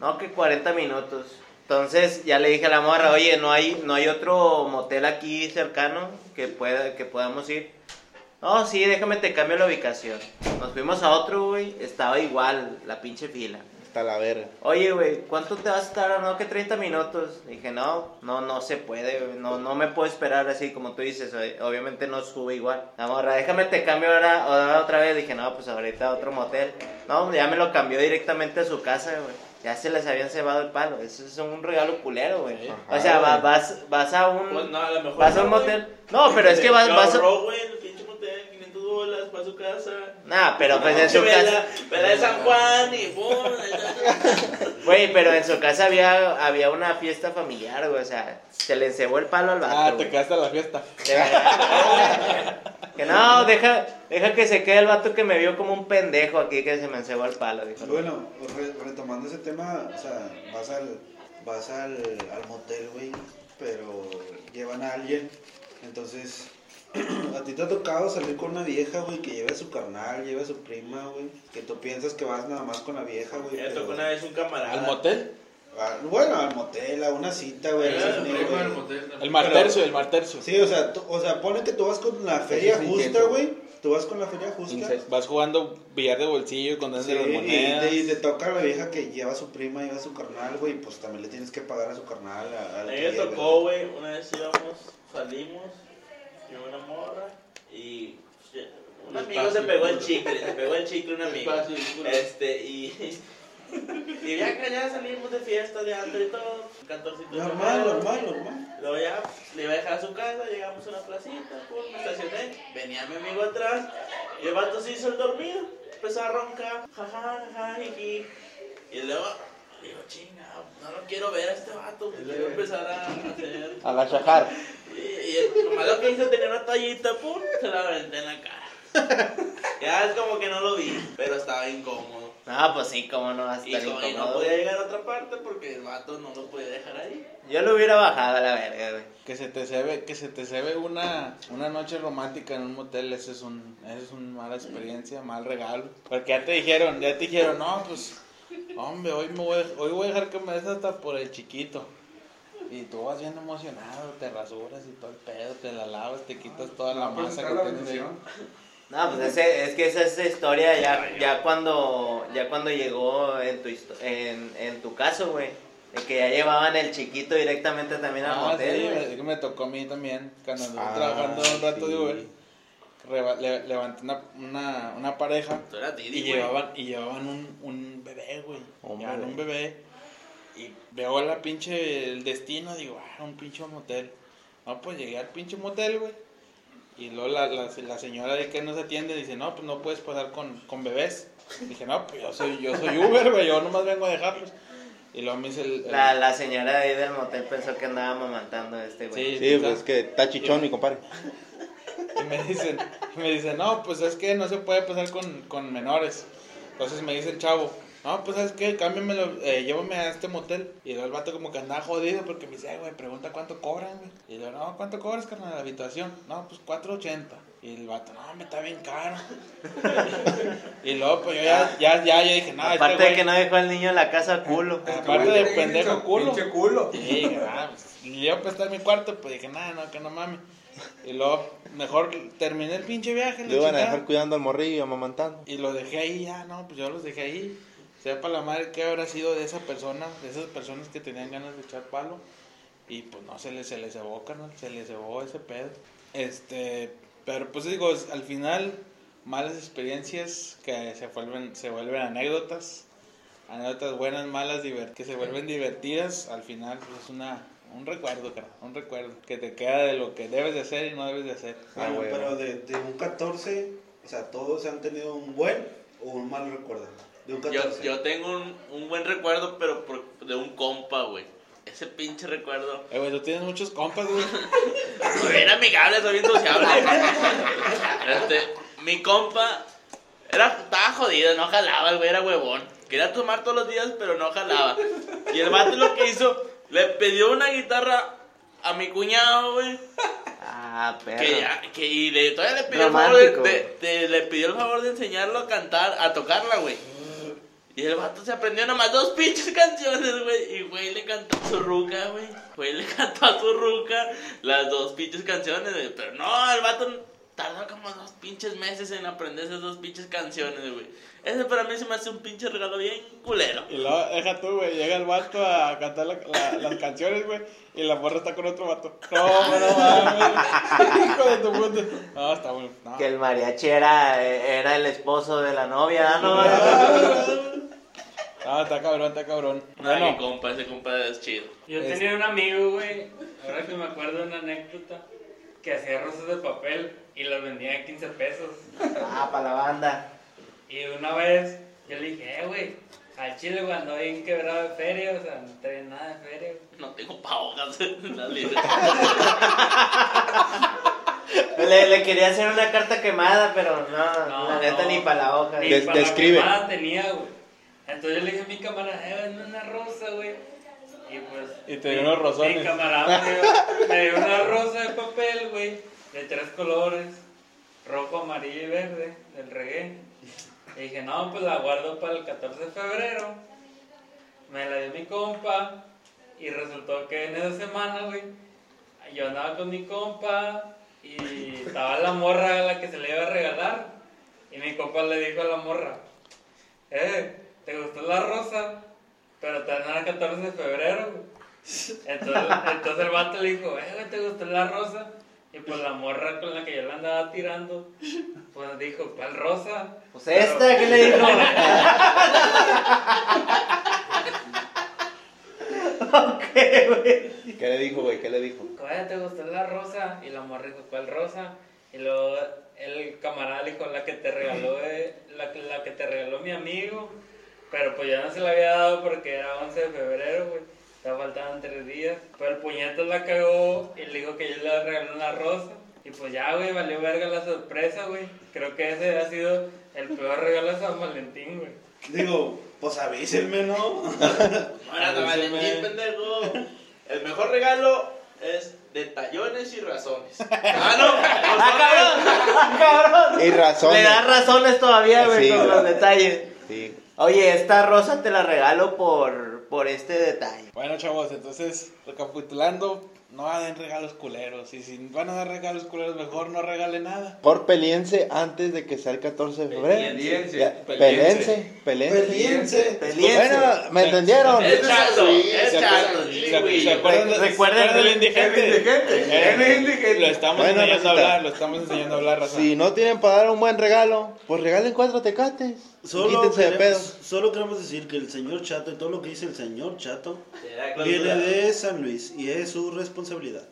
[SPEAKER 6] No, que 40 minutos. Entonces ya le dije a la morra, oye, ¿no hay, no hay otro motel aquí cercano que, pueda, que podamos ir? No, sí, déjame te cambio la ubicación. Nos fuimos a otro, güey. Estaba igual, la pinche fila.
[SPEAKER 10] Hasta la verga.
[SPEAKER 6] Oye, güey, ¿cuánto te vas a tardar? No, que 30 minutos. Dije, no, no, no se puede, güey. No, no me puedo esperar así como tú dices. güey. Obviamente no sube igual. La morra, déjame te cambio ahora, ahora otra vez. Dije, no, pues ahorita a otro motel. No, ya me lo cambió directamente a su casa, güey. Ya se les habían cebado el palo. Eso es un regalo culero, güey.
[SPEAKER 10] Ajá,
[SPEAKER 6] O sea, va-
[SPEAKER 10] güey.
[SPEAKER 6] vas, vas a un...
[SPEAKER 5] Pues no, a lo mejor.
[SPEAKER 6] vas a un
[SPEAKER 5] no,
[SPEAKER 6] motel.
[SPEAKER 5] güey.
[SPEAKER 6] No, pero es que vas,
[SPEAKER 5] Se
[SPEAKER 6] vas a...
[SPEAKER 5] ahorró, güey, el pinche motel, 500 dólares para su casa.
[SPEAKER 6] Nah, pero pues en
[SPEAKER 5] Pinche
[SPEAKER 6] su casa...
[SPEAKER 5] vela- Vela de San Juan y pum. ahí está.
[SPEAKER 6] Güey, pero en su casa había, había una fiesta familiar, güey. O sea, se le encebó el palo al vato.
[SPEAKER 2] Ah, te
[SPEAKER 6] güey.
[SPEAKER 2] quedaste a la fiesta.
[SPEAKER 6] De verdad, güey. Que no, deja, deja que se quede el vato que me vio como un pendejo aquí que se me encebó el palo. Dijo,
[SPEAKER 7] Bueno, re- retomando ese tema, o sea, vas al, vas al, al motel, güey, pero llevan a alguien. Entonces, a ti te ha tocado salir con una vieja, güey, que lleve a su carnal, lleve a su prima, güey. Que tú piensas que vas nada más con la vieja, güey.
[SPEAKER 5] Me
[SPEAKER 7] pero-
[SPEAKER 5] tocó una vez un camarada.
[SPEAKER 2] ¿Al motel?
[SPEAKER 7] Ah, bueno, al motel, a una cita, güey. al
[SPEAKER 5] Era el
[SPEAKER 7] cine,
[SPEAKER 1] Primo
[SPEAKER 7] güey.
[SPEAKER 1] del motel, ¿no?
[SPEAKER 2] El martercio, el martercio.
[SPEAKER 7] Sí, o sea, tú- o sea, pone que tú vas con la feria
[SPEAKER 10] es mi
[SPEAKER 7] justa,
[SPEAKER 10] tiempo.
[SPEAKER 7] güey. Tú vas con la feria justa.
[SPEAKER 10] Incesto.
[SPEAKER 2] Vas jugando billar de bolsillo con
[SPEAKER 7] Sí,
[SPEAKER 2] dentro de
[SPEAKER 7] y,
[SPEAKER 2] las monedas.
[SPEAKER 7] te, y te toca a la vieja que lleva a su prima, lleva a su carnal, güey, pues también le tienes que pagar a su carnal. A,
[SPEAKER 5] A
[SPEAKER 7] al
[SPEAKER 5] mí
[SPEAKER 7] que
[SPEAKER 5] me
[SPEAKER 7] lleve.
[SPEAKER 5] tocó, güey, una vez íbamos, salimos, yo una morra y pues, ya- un amigo se pegó el chicle, se pegó el chicle un amigo. Este, y, y ya, que ya salimos de fiesta, de antro y todo, 14
[SPEAKER 7] Normal, normal, normal.
[SPEAKER 5] Luego ya le iba a dejar a su casa, llegamos a una placita, pum, me estacioné, venía mi amigo atrás, y el vato se hizo el dormido, empezó a roncar, jajaja, jajaja, jiji. Y luego, le digo, chinga, no lo quiero ver a este vato, le voy a empezar a hacer.
[SPEAKER 10] A la chajar.
[SPEAKER 5] Y, y el- nomás lo que hizo tenía una toallita, pum, se la aventé en la cara. Ya es como que no lo vi, pero estaba incómodo.
[SPEAKER 6] No, pues sí, cómo no va a
[SPEAKER 5] Y,
[SPEAKER 6] estar
[SPEAKER 5] como- y no
[SPEAKER 6] incómodo.
[SPEAKER 5] podía llegar a otra parte porque el vato no lo podía dejar ahí.
[SPEAKER 6] Yo lo hubiera bajado a la verga, güey.
[SPEAKER 2] Que se te cebe, que se te cebe una, una noche romántica en un motel, eso es un, eso es una mala experiencia, mal regalo. Porque ya te dijeron, ya te dijeron, no, pues, hombre, hoy me voy, hoy voy a dejar que me des hasta por el chiquito. Y tú vas bien emocionado, te rasuras y todo el pedo, te la lavas, te quitas toda la masa
[SPEAKER 9] Presentar
[SPEAKER 2] que
[SPEAKER 9] Ah, pues la
[SPEAKER 2] tienes ahí. Ah,
[SPEAKER 9] bendición.
[SPEAKER 6] No, pues ese- es que esa es la historia ya, ya cuando ya cuando llegó en tu histo- en, en tu caso, güey. De que ya llevaban el chiquito directamente también al
[SPEAKER 2] Ah,
[SPEAKER 6] motel,
[SPEAKER 2] sí,
[SPEAKER 6] güey.
[SPEAKER 2] es que me tocó a mí también, cuando anduve
[SPEAKER 10] Ah,
[SPEAKER 2] trabajando un rato
[SPEAKER 10] sí.
[SPEAKER 2] de Uber, reba- le- levanté una, una, una pareja.
[SPEAKER 5] Tú eras Didi,
[SPEAKER 2] Y
[SPEAKER 5] güey.
[SPEAKER 2] llevaban, y llevaban un, un bebé, güey.
[SPEAKER 10] Un
[SPEAKER 2] llevaban
[SPEAKER 10] bebé.
[SPEAKER 2] un bebé. Y veo la pinche, el destino, digo, ah, un pinche motel. No, pues llegué al pinche motel, güey. Y luego la, la, la señora de que nos atiende dice, no, pues no puedes pasar con, con bebés. Dije, no, pues yo soy, yo soy Uber, güey, yo nomás vengo a dejarlos. Y luego me dice el... el-
[SPEAKER 6] La, la señora ahí del motel pensó que andaba amamantando a este
[SPEAKER 2] Sí.
[SPEAKER 6] güey.
[SPEAKER 10] Sí, pues es que está chichón mi compadre.
[SPEAKER 2] Y me dicen, y me dicen, no, pues es que no se puede pasar con, con menores. Entonces me dice el chavo, no, pues es que cámbiamelo, eh, llévame a este motel. Y luego el vato como que andaba jodido porque me dice, "Ay, güey, pregunta cuánto cobran, güey. Y yo, no, ¿cuánto cobras, carnal, la habitación? No, pues 4.80. Y el vato, no, me está bien caro. y luego, pues yo ya, ya, ya, ya dije, no, este
[SPEAKER 6] Aparte de
[SPEAKER 2] güey-
[SPEAKER 6] que no dejó al niño en la casa culo.
[SPEAKER 2] Aparte de pendejo culo.
[SPEAKER 9] Pinche culo.
[SPEAKER 2] Y dije, "Ah, pues, y yo pues está en mi cuarto, pues dije, nada, no, que no mames. Y luego, mejor terminé el pinche viaje. la
[SPEAKER 10] Lo iban a
[SPEAKER 2] chingada.
[SPEAKER 10] dejar cuidando al morrillo y amamantando.
[SPEAKER 2] Y los dejé ahí, ya, no, pues yo los dejé ahí. Sepa la madre qué habrá sido de esa persona, de esas personas que tenían ganas de echar palo. Y pues no, se les, se les evoca, se les evocó ese pedo. Este, pero pues digo, es- al final malas experiencias que se vuelven, se vuelven anécdotas. Anécdotas buenas, malas, diver- que se vuelven divertidas. Al final pues, es una, un recuerdo, cara, un recuerdo que te queda de lo que debes de hacer y no debes de hacer.
[SPEAKER 10] Ah,
[SPEAKER 7] Bueno,
[SPEAKER 10] güey.
[SPEAKER 7] pero de, de un 14, o sea, todos han tenido un buen o un mal recuerdo. De un
[SPEAKER 5] Yo,
[SPEAKER 7] 14.
[SPEAKER 5] yo tengo un, un buen recuerdo, pero por- de un compa, güey. Ese pinche recuerdo.
[SPEAKER 2] Eh, güey, tú tienes muchos compas, güey.
[SPEAKER 5] Soy bien amigable, soy bien sociable. Este, mi compa era, estaba jodido, no jalaba, el güey era huevón. Quería tomar todos los días, pero no jalaba. Y el vato lo que hizo, le pidió una guitarra a mi cuñado, güey.
[SPEAKER 6] Ah, perro.
[SPEAKER 5] Que ya, que, y le, todavía le pidió, el favor de,
[SPEAKER 6] Romántico.
[SPEAKER 5] de- de- le pidió el favor de enseñarlo a cantar, a tocarla, güey. Y el vato se aprendió nomás dos pinches canciones, güey. Y güey le cantó a su ruca, güey. Güey le cantó a su ruca las dos pinches canciones, güey. Pero no, el vato tardó como dos pinches meses en aprender esas dos pinches canciones, güey. Ese para mí se me hace un pinche regalo bien culero.
[SPEAKER 2] Y luego, deja tú, güey, llega el vato a cantar la- la- las canciones, güey, y la morra está con otro vato. No, no mames. Hijo de tu puta. No, está bueno. No.
[SPEAKER 6] Que el mariachi era, era el esposo de la novia, ¿no?
[SPEAKER 2] No, Ah, está cabrón, está cabrón.
[SPEAKER 10] Ah,
[SPEAKER 5] No, mi
[SPEAKER 2] Bueno,
[SPEAKER 5] compa, ese compa es chido.
[SPEAKER 8] Yo
[SPEAKER 2] Es-
[SPEAKER 8] tenía un amigo, güey, ahora que me acuerdo de una anécdota, que hacía rosas de papel y las vendía en 15 pesos.
[SPEAKER 6] ah, para la banda.
[SPEAKER 8] Y una vez yo le dije, eh, güey, al chile, güey, ando bien quebrado de feria, o sea, no traía nada de feria. güey".
[SPEAKER 5] No tengo pa' hojas en la lista.
[SPEAKER 6] Le, le quería hacer una carta quemada, pero no,
[SPEAKER 8] No,
[SPEAKER 6] la neta
[SPEAKER 8] no.
[SPEAKER 6] ni para la hoja.
[SPEAKER 8] Ni
[SPEAKER 10] Des-
[SPEAKER 8] para la
[SPEAKER 10] describe.
[SPEAKER 8] quemada tenía, güey. Entonces yo le dije a mi camarada, eh, vende una rosa, güey. Y pues.
[SPEAKER 2] Y te dio
[SPEAKER 8] mi-
[SPEAKER 2] unos rosones.
[SPEAKER 8] Mi camarada me dio, me dio una rosa de papel, güey, de tres colores: rojo, amarillo y verde, del reggae. Y dije, no, pues la guardo para el 14 de febrero. Me la dio mi compa. Y resultó que en esa semana, güey, yo andaba con mi compa y estaba la morra a la que se le iba a regalar. Y mi compa le dijo a la morra, eh, ¿te gustó la rosa? Pero te dan el 14 de febrero. güey". Entonces, entonces el vato le dijo, eh, güey, ¿te gustó la rosa? Y pues la morra con la que yo la andaba tirando, pues dijo, ¿cuál rosa?
[SPEAKER 6] Pues esta, ¿qué le dijo? ok, güey.
[SPEAKER 10] ¿Qué le dijo, güey? ¿Qué le dijo?
[SPEAKER 8] Oye, ¿te gustó la rosa? Y la morra dijo, ¿cuál rosa? Y luego el camarada le dijo, la que te regaló, eh, la, que- la que te regaló mi amigo. Pero pues ya no se la había dado porque era 11 de febrero, güey. Ya faltaban tres días. Pero el puñetazo la cagó y le dijo que yo le regaló una rosa. Y pues ya, güey, valió verga la sorpresa, güey. Creo que ese ha sido el peor regalo de San Valentín, güey.
[SPEAKER 7] Digo, pues avísenme, ¿no?
[SPEAKER 5] Ahora no vale ni pendejo. El mejor regalo es detallones y razones. Ah, no.
[SPEAKER 6] ¡Ah, cabrón! ¡Ah, cabrón!
[SPEAKER 10] Y razones.
[SPEAKER 6] Le das razones todavía, güey,
[SPEAKER 10] Sí,
[SPEAKER 6] con
[SPEAKER 10] güey.
[SPEAKER 6] los detalles.
[SPEAKER 10] Sí.
[SPEAKER 6] Oye, esta rosa te la regalo por, por este detalle.
[SPEAKER 2] bueno, chavos, entonces, recapitulando, no den regalos culeros. Y si van a dar regalos culeros, mejor no regalen nada.
[SPEAKER 10] Por peliense antes de que sea el 14 de febrero.
[SPEAKER 9] Peliense.
[SPEAKER 10] Ya,
[SPEAKER 9] Peliense.
[SPEAKER 10] Pelense, pelense.
[SPEAKER 6] Peliense.
[SPEAKER 10] Pues, Bueno, ¿me entendieron?
[SPEAKER 5] Es chato, es
[SPEAKER 2] ¿Se
[SPEAKER 5] chato.
[SPEAKER 2] acuerdan-
[SPEAKER 5] sí,
[SPEAKER 2] se-
[SPEAKER 5] güey.
[SPEAKER 2] se acuerdan de-
[SPEAKER 6] Recuerden
[SPEAKER 2] se acuerdan del
[SPEAKER 6] el-
[SPEAKER 2] indigente?
[SPEAKER 9] el indigente, el
[SPEAKER 2] Eh,
[SPEAKER 9] indigente.
[SPEAKER 2] Lo estamos
[SPEAKER 10] Bueno,
[SPEAKER 2] enseñando a
[SPEAKER 10] Rosita.
[SPEAKER 2] hablar, lo estamos enseñando a hablar, raza.
[SPEAKER 10] Si no tienen para dar un buen regalo, pues regalen cuatro tecates.
[SPEAKER 7] Solo
[SPEAKER 10] Quítense de pedo.
[SPEAKER 7] queremos, solo queremos decir que el señor Chato y todo lo que dice el señor Chato
[SPEAKER 5] Será
[SPEAKER 7] viene
[SPEAKER 5] clausura.
[SPEAKER 7] de San Luis y es su responsabilidad.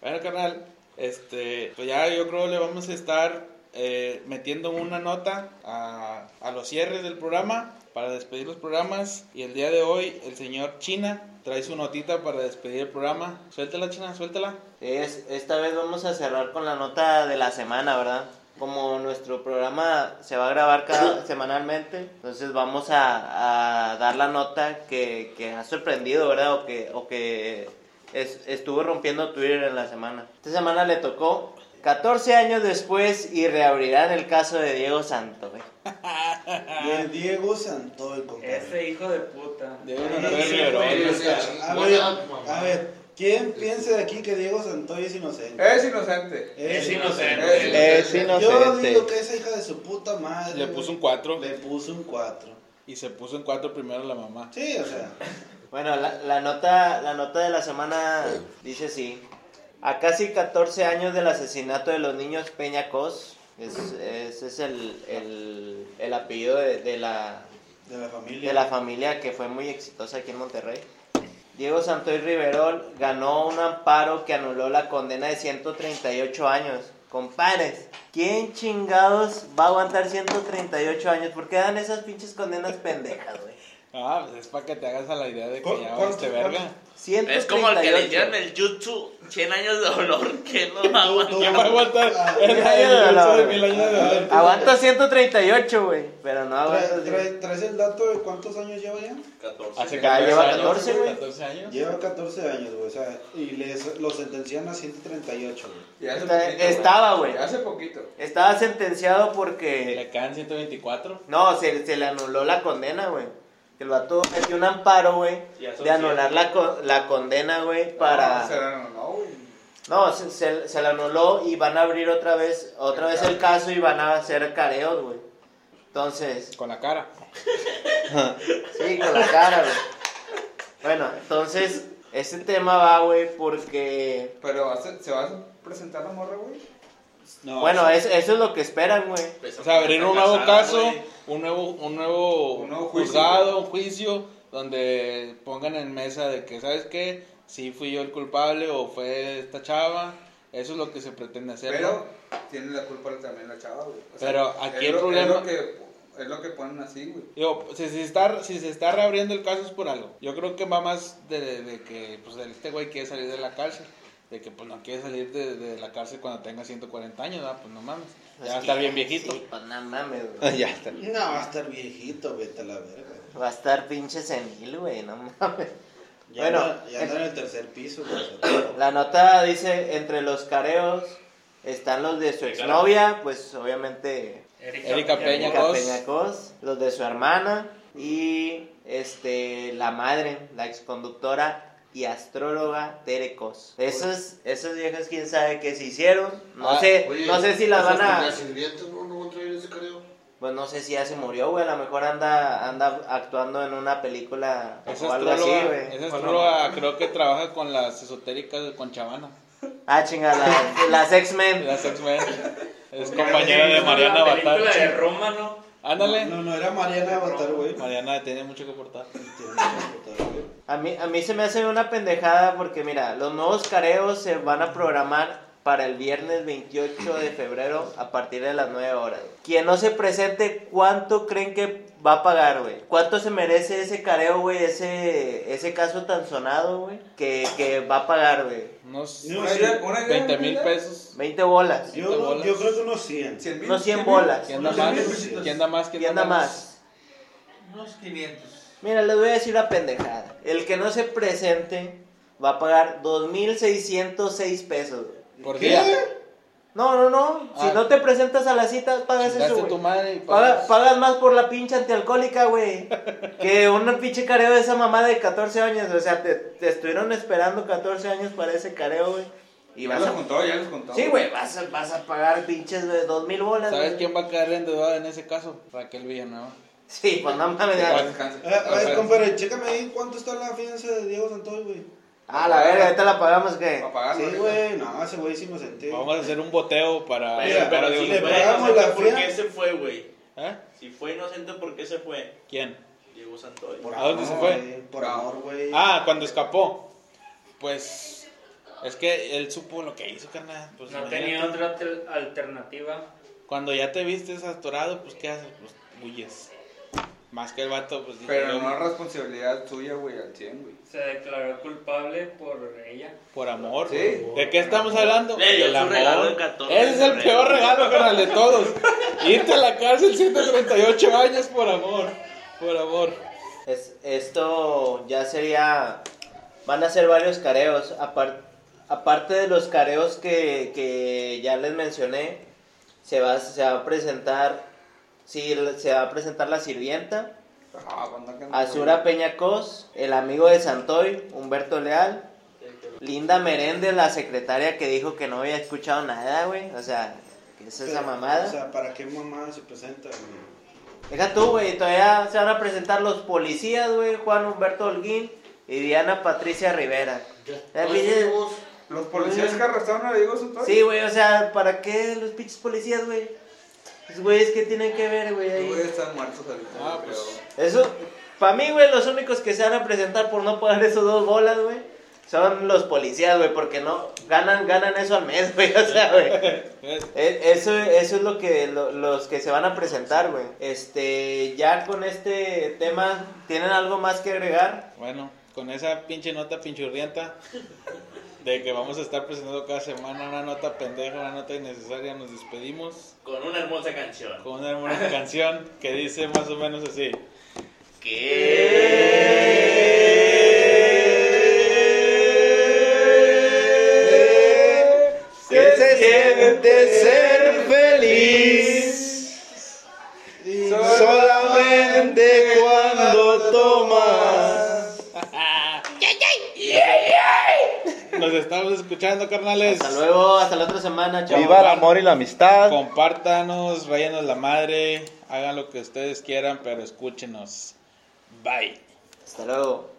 [SPEAKER 2] Bueno, carnal, este, pues ya yo creo le vamos a estar eh, metiendo una nota a, a los cierres del programa para despedir los programas. Y el día de hoy, el señor China trae su notita para despedir el programa. Suéltala, China, suéltala.
[SPEAKER 6] Es, esta vez vamos a cerrar con la nota de la semana, ¿verdad? Como nuestro programa se va a grabar cada semanalmente, entonces vamos a, a dar la nota que, que ha sorprendido, ¿verdad? O que, o que es- estuvo rompiendo Twitter en la semana. Esta semana le tocó 14 años después y reabrirán el caso de Diego Santo, güey.
[SPEAKER 7] De Diego Santoy, compadre.
[SPEAKER 8] Ese hijo de puta.
[SPEAKER 2] De
[SPEAKER 7] Sí,
[SPEAKER 2] una
[SPEAKER 7] sí,
[SPEAKER 4] güey, o sea,
[SPEAKER 7] A
[SPEAKER 4] voy
[SPEAKER 7] ver,
[SPEAKER 4] a-
[SPEAKER 7] a ver, ¿quién piensa de aquí que Diego Santoy es inocente?
[SPEAKER 9] Es inocente.
[SPEAKER 8] Es
[SPEAKER 9] Es
[SPEAKER 8] inocente.
[SPEAKER 10] Es
[SPEAKER 7] Yo digo
[SPEAKER 10] inocente.
[SPEAKER 7] que esa hija de su puta madre.
[SPEAKER 2] Le
[SPEAKER 7] güey,
[SPEAKER 2] puso un 4
[SPEAKER 7] Le puso un 4.
[SPEAKER 2] y se puso en 4 primero la mamá.
[SPEAKER 7] Sí, o sea.
[SPEAKER 6] Bueno, la, la nota, la nota de la semana dice así. A casi 14 años del asesinato de los niños Peña Cos, Es, ese es el, el, el apellido de, de la,
[SPEAKER 7] De la familia.
[SPEAKER 6] de la familia que fue muy exitosa aquí en Monterrey. Diego Santoy Riverol ganó un amparo que anuló la condena de 138 años. Compares, ¿quién chingados va a aguantar 138 años? ¿Por qué dan esas pinches condenas pendejas, güey?
[SPEAKER 2] Ah, pues es para que te hagas a la idea de
[SPEAKER 7] ¿Cu-
[SPEAKER 2] que ya
[SPEAKER 7] cuánto-
[SPEAKER 2] este verga.
[SPEAKER 5] Es como el que le dieron
[SPEAKER 6] 138.
[SPEAKER 5] el jutsu 100 años de dolor que no va a aguantar.
[SPEAKER 2] Ya va a aguantar el
[SPEAKER 6] Mil años de
[SPEAKER 2] año de
[SPEAKER 6] dolor.
[SPEAKER 2] mil años de dolor.
[SPEAKER 6] Aguanta 138, güey. Pero no aguanta.
[SPEAKER 7] Trae- trae- ¿Traes el dato de cuántos años lleva ya?
[SPEAKER 5] 14.
[SPEAKER 2] Hace
[SPEAKER 6] Ya lleva
[SPEAKER 2] 14 años,
[SPEAKER 6] 14, güey.
[SPEAKER 2] 14 años.
[SPEAKER 7] Lleva 14 años, güey. O sea, y les, lo sentencian a 138, güey.
[SPEAKER 9] Y hace
[SPEAKER 6] Está-
[SPEAKER 9] poquito, güey.
[SPEAKER 6] estaba, güey.
[SPEAKER 9] Hace poquito.
[SPEAKER 6] Estaba sentenciado porque.
[SPEAKER 2] Le quedan 124.
[SPEAKER 6] No, se, se le anuló la condena, güey. El vato metió un amparo, güey,
[SPEAKER 5] Ya son
[SPEAKER 6] de anular
[SPEAKER 5] siete.
[SPEAKER 6] la, co- la condena, güey,
[SPEAKER 9] No,
[SPEAKER 6] para...
[SPEAKER 9] será, no, no, güey.
[SPEAKER 6] No, se, se, se la anuló y van a abrir otra vez, otra vez el caso y van a hacer careos, güey. Entonces,
[SPEAKER 2] Con la cara.
[SPEAKER 6] sí, con la cara, güey. Bueno, entonces, este tema va, güey, porque...
[SPEAKER 9] Pero ¿va a ser- se va a presentar la morra, güey.
[SPEAKER 7] No,
[SPEAKER 6] Bueno,
[SPEAKER 7] o sea,
[SPEAKER 6] es- eso es lo que esperan, güey.
[SPEAKER 5] Pues,
[SPEAKER 2] O sea, abrir un nuevo
[SPEAKER 5] casada,
[SPEAKER 2] caso,
[SPEAKER 5] güey.
[SPEAKER 2] un nuevo, un nuevo,
[SPEAKER 9] Un nuevo juicio,
[SPEAKER 2] juzgado, un juicio, donde pongan en mesa de que, ¿sabes qué? Si fui yo el culpable o fue esta chava. Eso es lo que se pretende hacer.
[SPEAKER 9] Pero
[SPEAKER 2] ¿no?
[SPEAKER 9] tiene la culpa también la chava, güey. O
[SPEAKER 2] Pero aquí
[SPEAKER 9] es
[SPEAKER 2] el
[SPEAKER 9] lo-
[SPEAKER 2] problema-
[SPEAKER 9] Es lo, que, es lo que ponen así, güey.
[SPEAKER 2] Digo, si se, está, si se está reabriendo el caso es por algo. Yo creo que va más de, de que pues, de este güey quiere salir de la cárcel. De que pues no quiere salir de, de la cárcel cuando tenga 140 años, ¿verdad? Pues no mames. Ya va a estar bien viejito.
[SPEAKER 6] Sí, pues no mames, güey.
[SPEAKER 10] ya está.
[SPEAKER 7] No, va a estar viejito, vete a la verga.
[SPEAKER 6] Va a estar pinche senil, güey, no mames.
[SPEAKER 7] Ya
[SPEAKER 6] Bueno,
[SPEAKER 7] anda- ya anda en el tercer piso, güey. o sea,
[SPEAKER 6] La nota dice, entre los careos están los de su exnovia, pues obviamente
[SPEAKER 8] Erika,
[SPEAKER 2] Erika Peña
[SPEAKER 6] Erika
[SPEAKER 2] Cos.
[SPEAKER 6] Peñacos, los de su hermana y este la madre, la exconductora y astróloga Tere Cos. Esas, esas viejas quién sabe qué se hicieron, no
[SPEAKER 2] Ah,
[SPEAKER 6] sé,
[SPEAKER 4] Oye,
[SPEAKER 6] no sé si las
[SPEAKER 4] esas
[SPEAKER 6] van a,
[SPEAKER 4] Las sirvientas no, no van a traer ese careo.
[SPEAKER 6] pues no sé si ya se murió, güey, a lo mejor anda, anda actuando en una película
[SPEAKER 2] Esa
[SPEAKER 6] o algo así,
[SPEAKER 2] astróloga,
[SPEAKER 6] güey.
[SPEAKER 2] esa astróloga creo que trabaja con las esotéricas con Chavana.
[SPEAKER 6] Ah, chinga, la- las X-Men.
[SPEAKER 2] Las X-Men. Es
[SPEAKER 8] Era
[SPEAKER 2] compañera de
[SPEAKER 8] como
[SPEAKER 2] Mariana
[SPEAKER 8] la película de
[SPEAKER 2] Batar.
[SPEAKER 8] Roma, ¿no?
[SPEAKER 2] Ándale.
[SPEAKER 7] No, no, era Mariana Avatar, güey.
[SPEAKER 2] Mariana tiene mucho que aportar.
[SPEAKER 7] Tiene que votar, güey.
[SPEAKER 6] A mí, a mí se me hace una pendejada porque, mira, los nuevos careos se van a programar para el viernes 28 de febrero a partir de las 9 horas. Quien no se presente, ¿cuánto creen que va a pagar, güey? ¿Cuánto se merece ese careo, güey? Ese, ese caso tan sonado, güey, que, que va a pagar, güey.
[SPEAKER 2] Unos
[SPEAKER 7] No,
[SPEAKER 9] Una
[SPEAKER 7] sí.
[SPEAKER 9] idea- una idea,
[SPEAKER 2] 20 mil
[SPEAKER 9] una idea.
[SPEAKER 2] pesos.
[SPEAKER 6] 20 bolas.
[SPEAKER 2] Cinco
[SPEAKER 7] Yo,
[SPEAKER 2] bolas.
[SPEAKER 7] yo creo que unos 100.
[SPEAKER 9] 100 mil.
[SPEAKER 6] No 100 bolas.
[SPEAKER 2] ¿Quién da
[SPEAKER 7] Unos
[SPEAKER 2] más?
[SPEAKER 7] mil.
[SPEAKER 2] ¿Quién da más?
[SPEAKER 6] ¿Quién da más?
[SPEAKER 1] Unos 500.
[SPEAKER 6] Mira, les voy a decir una pendejada. El que no se presente va a pagar 2.606 pesos, güey.
[SPEAKER 2] Por día.
[SPEAKER 6] No, no, no.
[SPEAKER 2] Ah.
[SPEAKER 6] Si no te presentas a la cita, pagas eso,
[SPEAKER 2] Chingaste tu
[SPEAKER 6] güey.
[SPEAKER 2] madre y
[SPEAKER 6] Paga-
[SPEAKER 2] pagas.
[SPEAKER 6] pagas más por la pinche antialcohólica, güey. Que un pinche careo de esa mamá de 14 años. O sea, te, te estuvieron esperando 14 años para ese careo, güey. Y
[SPEAKER 9] Ya
[SPEAKER 6] vas
[SPEAKER 9] los
[SPEAKER 6] a...
[SPEAKER 9] contó, ya los contó.
[SPEAKER 6] Sí, güey, vas a, vas a pagar pinches de 2000 bolas.
[SPEAKER 2] ¿Sabes
[SPEAKER 6] güey.
[SPEAKER 2] quién va a quedar endeudada en ese caso? Raquel Villanueva.
[SPEAKER 6] Sí, pues no mames.
[SPEAKER 9] Ya
[SPEAKER 6] ya.
[SPEAKER 9] descansa.
[SPEAKER 7] Eh, A
[SPEAKER 2] Ajá.
[SPEAKER 7] ver, compadre, chécame ahí cuánto está la fianza de Diego Santoy, güey.
[SPEAKER 6] Ah, la verga, ahorita la pagamos, que.
[SPEAKER 9] Para
[SPEAKER 3] Ah,
[SPEAKER 9] pagarlo.
[SPEAKER 7] Sí, güey, no, ese güey sí me senté.
[SPEAKER 2] Vamos a hacer un boteo para.
[SPEAKER 5] Pero,
[SPEAKER 2] para
[SPEAKER 5] pero
[SPEAKER 2] Dios.
[SPEAKER 5] si
[SPEAKER 7] le
[SPEAKER 5] fue
[SPEAKER 7] pagamos
[SPEAKER 5] inocente,
[SPEAKER 7] la
[SPEAKER 5] ¿por
[SPEAKER 7] fea.
[SPEAKER 5] qué se fue, güey?
[SPEAKER 2] ¿Eh?
[SPEAKER 5] Si fue inocente, ¿por qué se fue?
[SPEAKER 2] ¿Quién?
[SPEAKER 5] Diego Santoy.
[SPEAKER 7] Por
[SPEAKER 2] ¿A dónde
[SPEAKER 7] amor,
[SPEAKER 2] se fue?
[SPEAKER 7] güey, Por amor, güey.
[SPEAKER 2] Ah, cuando escapó. Pues. Es que él supo lo que hizo, carnal. Pues,
[SPEAKER 8] No
[SPEAKER 2] imagínate.
[SPEAKER 8] tenía otra alter- alternativa.
[SPEAKER 2] Cuando ya te vistes atorado, pues ¿qué haces? Pues huyes. Más que el vato, pues dijo,
[SPEAKER 9] Pero
[SPEAKER 2] yo,
[SPEAKER 9] no es responsabilidad tuya, güey, al 100, güey.
[SPEAKER 8] Se declaró culpable por ella.
[SPEAKER 2] por amor. pues,
[SPEAKER 9] Sí.
[SPEAKER 2] ¿De qué estamos hablando?
[SPEAKER 5] Le dio
[SPEAKER 2] Del
[SPEAKER 5] su regalo el 14
[SPEAKER 2] Ese es el
[SPEAKER 5] de
[SPEAKER 2] peor
[SPEAKER 5] febrero.
[SPEAKER 2] regalo, carnal, de todos. Irte a la cárcel 138 años por amor. Por amor.
[SPEAKER 6] Es- esto ya sería. Van a ser varios careos. apar- aparte de los careos que, que ya les mencioné, se va, se va a presentar. Sí, se va a presentar la sirvienta,
[SPEAKER 9] Ah, cuando que-
[SPEAKER 6] Azura Peñacos, el amigo de Santoy, Humberto Leal, Linda Meréndez, la secretaria que dijo que no había escuchado nada, güey. O sea, que es esa
[SPEAKER 7] Pero,
[SPEAKER 6] mamada.
[SPEAKER 7] O sea, ¿para qué mamada se presenta, güey?
[SPEAKER 6] Deja tú, güey, todavía se van a presentar los policías, güey, Juan Humberto Holguín y Diana Patricia Rivera.
[SPEAKER 4] Ya.
[SPEAKER 6] Ya,
[SPEAKER 4] No,
[SPEAKER 6] pues, ya-
[SPEAKER 4] sí, vos.
[SPEAKER 7] Ah.
[SPEAKER 9] Los policías que arrestaron a Diego Sotoy.
[SPEAKER 6] Sí, güey, o sea, ¿para qué los pinches policías, güey? Pues, Güey, es que tienen que ver, güey. ahí?
[SPEAKER 9] Los güeyes están muertos ahorita.
[SPEAKER 2] Ah,
[SPEAKER 9] yo
[SPEAKER 2] pues.
[SPEAKER 9] creo.
[SPEAKER 6] Eso, para mí, güey, los únicos que se van a presentar por no pagar esos dos bolas, güey, son los policías, güey, porque no ganan, ganan eso al mes, güey, o sea, güey. E- Eso, eso es lo que lo- los que se van a presentar, güey. Este, ya con este tema, ¿tienen algo más que agregar?
[SPEAKER 2] Bueno, con esa pinche nota pinchurrienta de que vamos a estar presentando cada semana una nota pendeja, una nota innecesaria, nos despedimos
[SPEAKER 5] Con una hermosa canción.
[SPEAKER 2] con una hermosa canción que dice más o menos así.
[SPEAKER 5] Que
[SPEAKER 6] Que se siente ser feliz solamente cuando tomas.
[SPEAKER 2] Nos estamos escuchando, carnales.
[SPEAKER 6] Hasta luego, hasta la otra semana, chavos.
[SPEAKER 10] Pues, Viva el amor y la amistad.
[SPEAKER 2] Compártanos, rayanos la madre, hagan lo que ustedes quieran, pero escúchenos. Bye.
[SPEAKER 6] Hasta luego.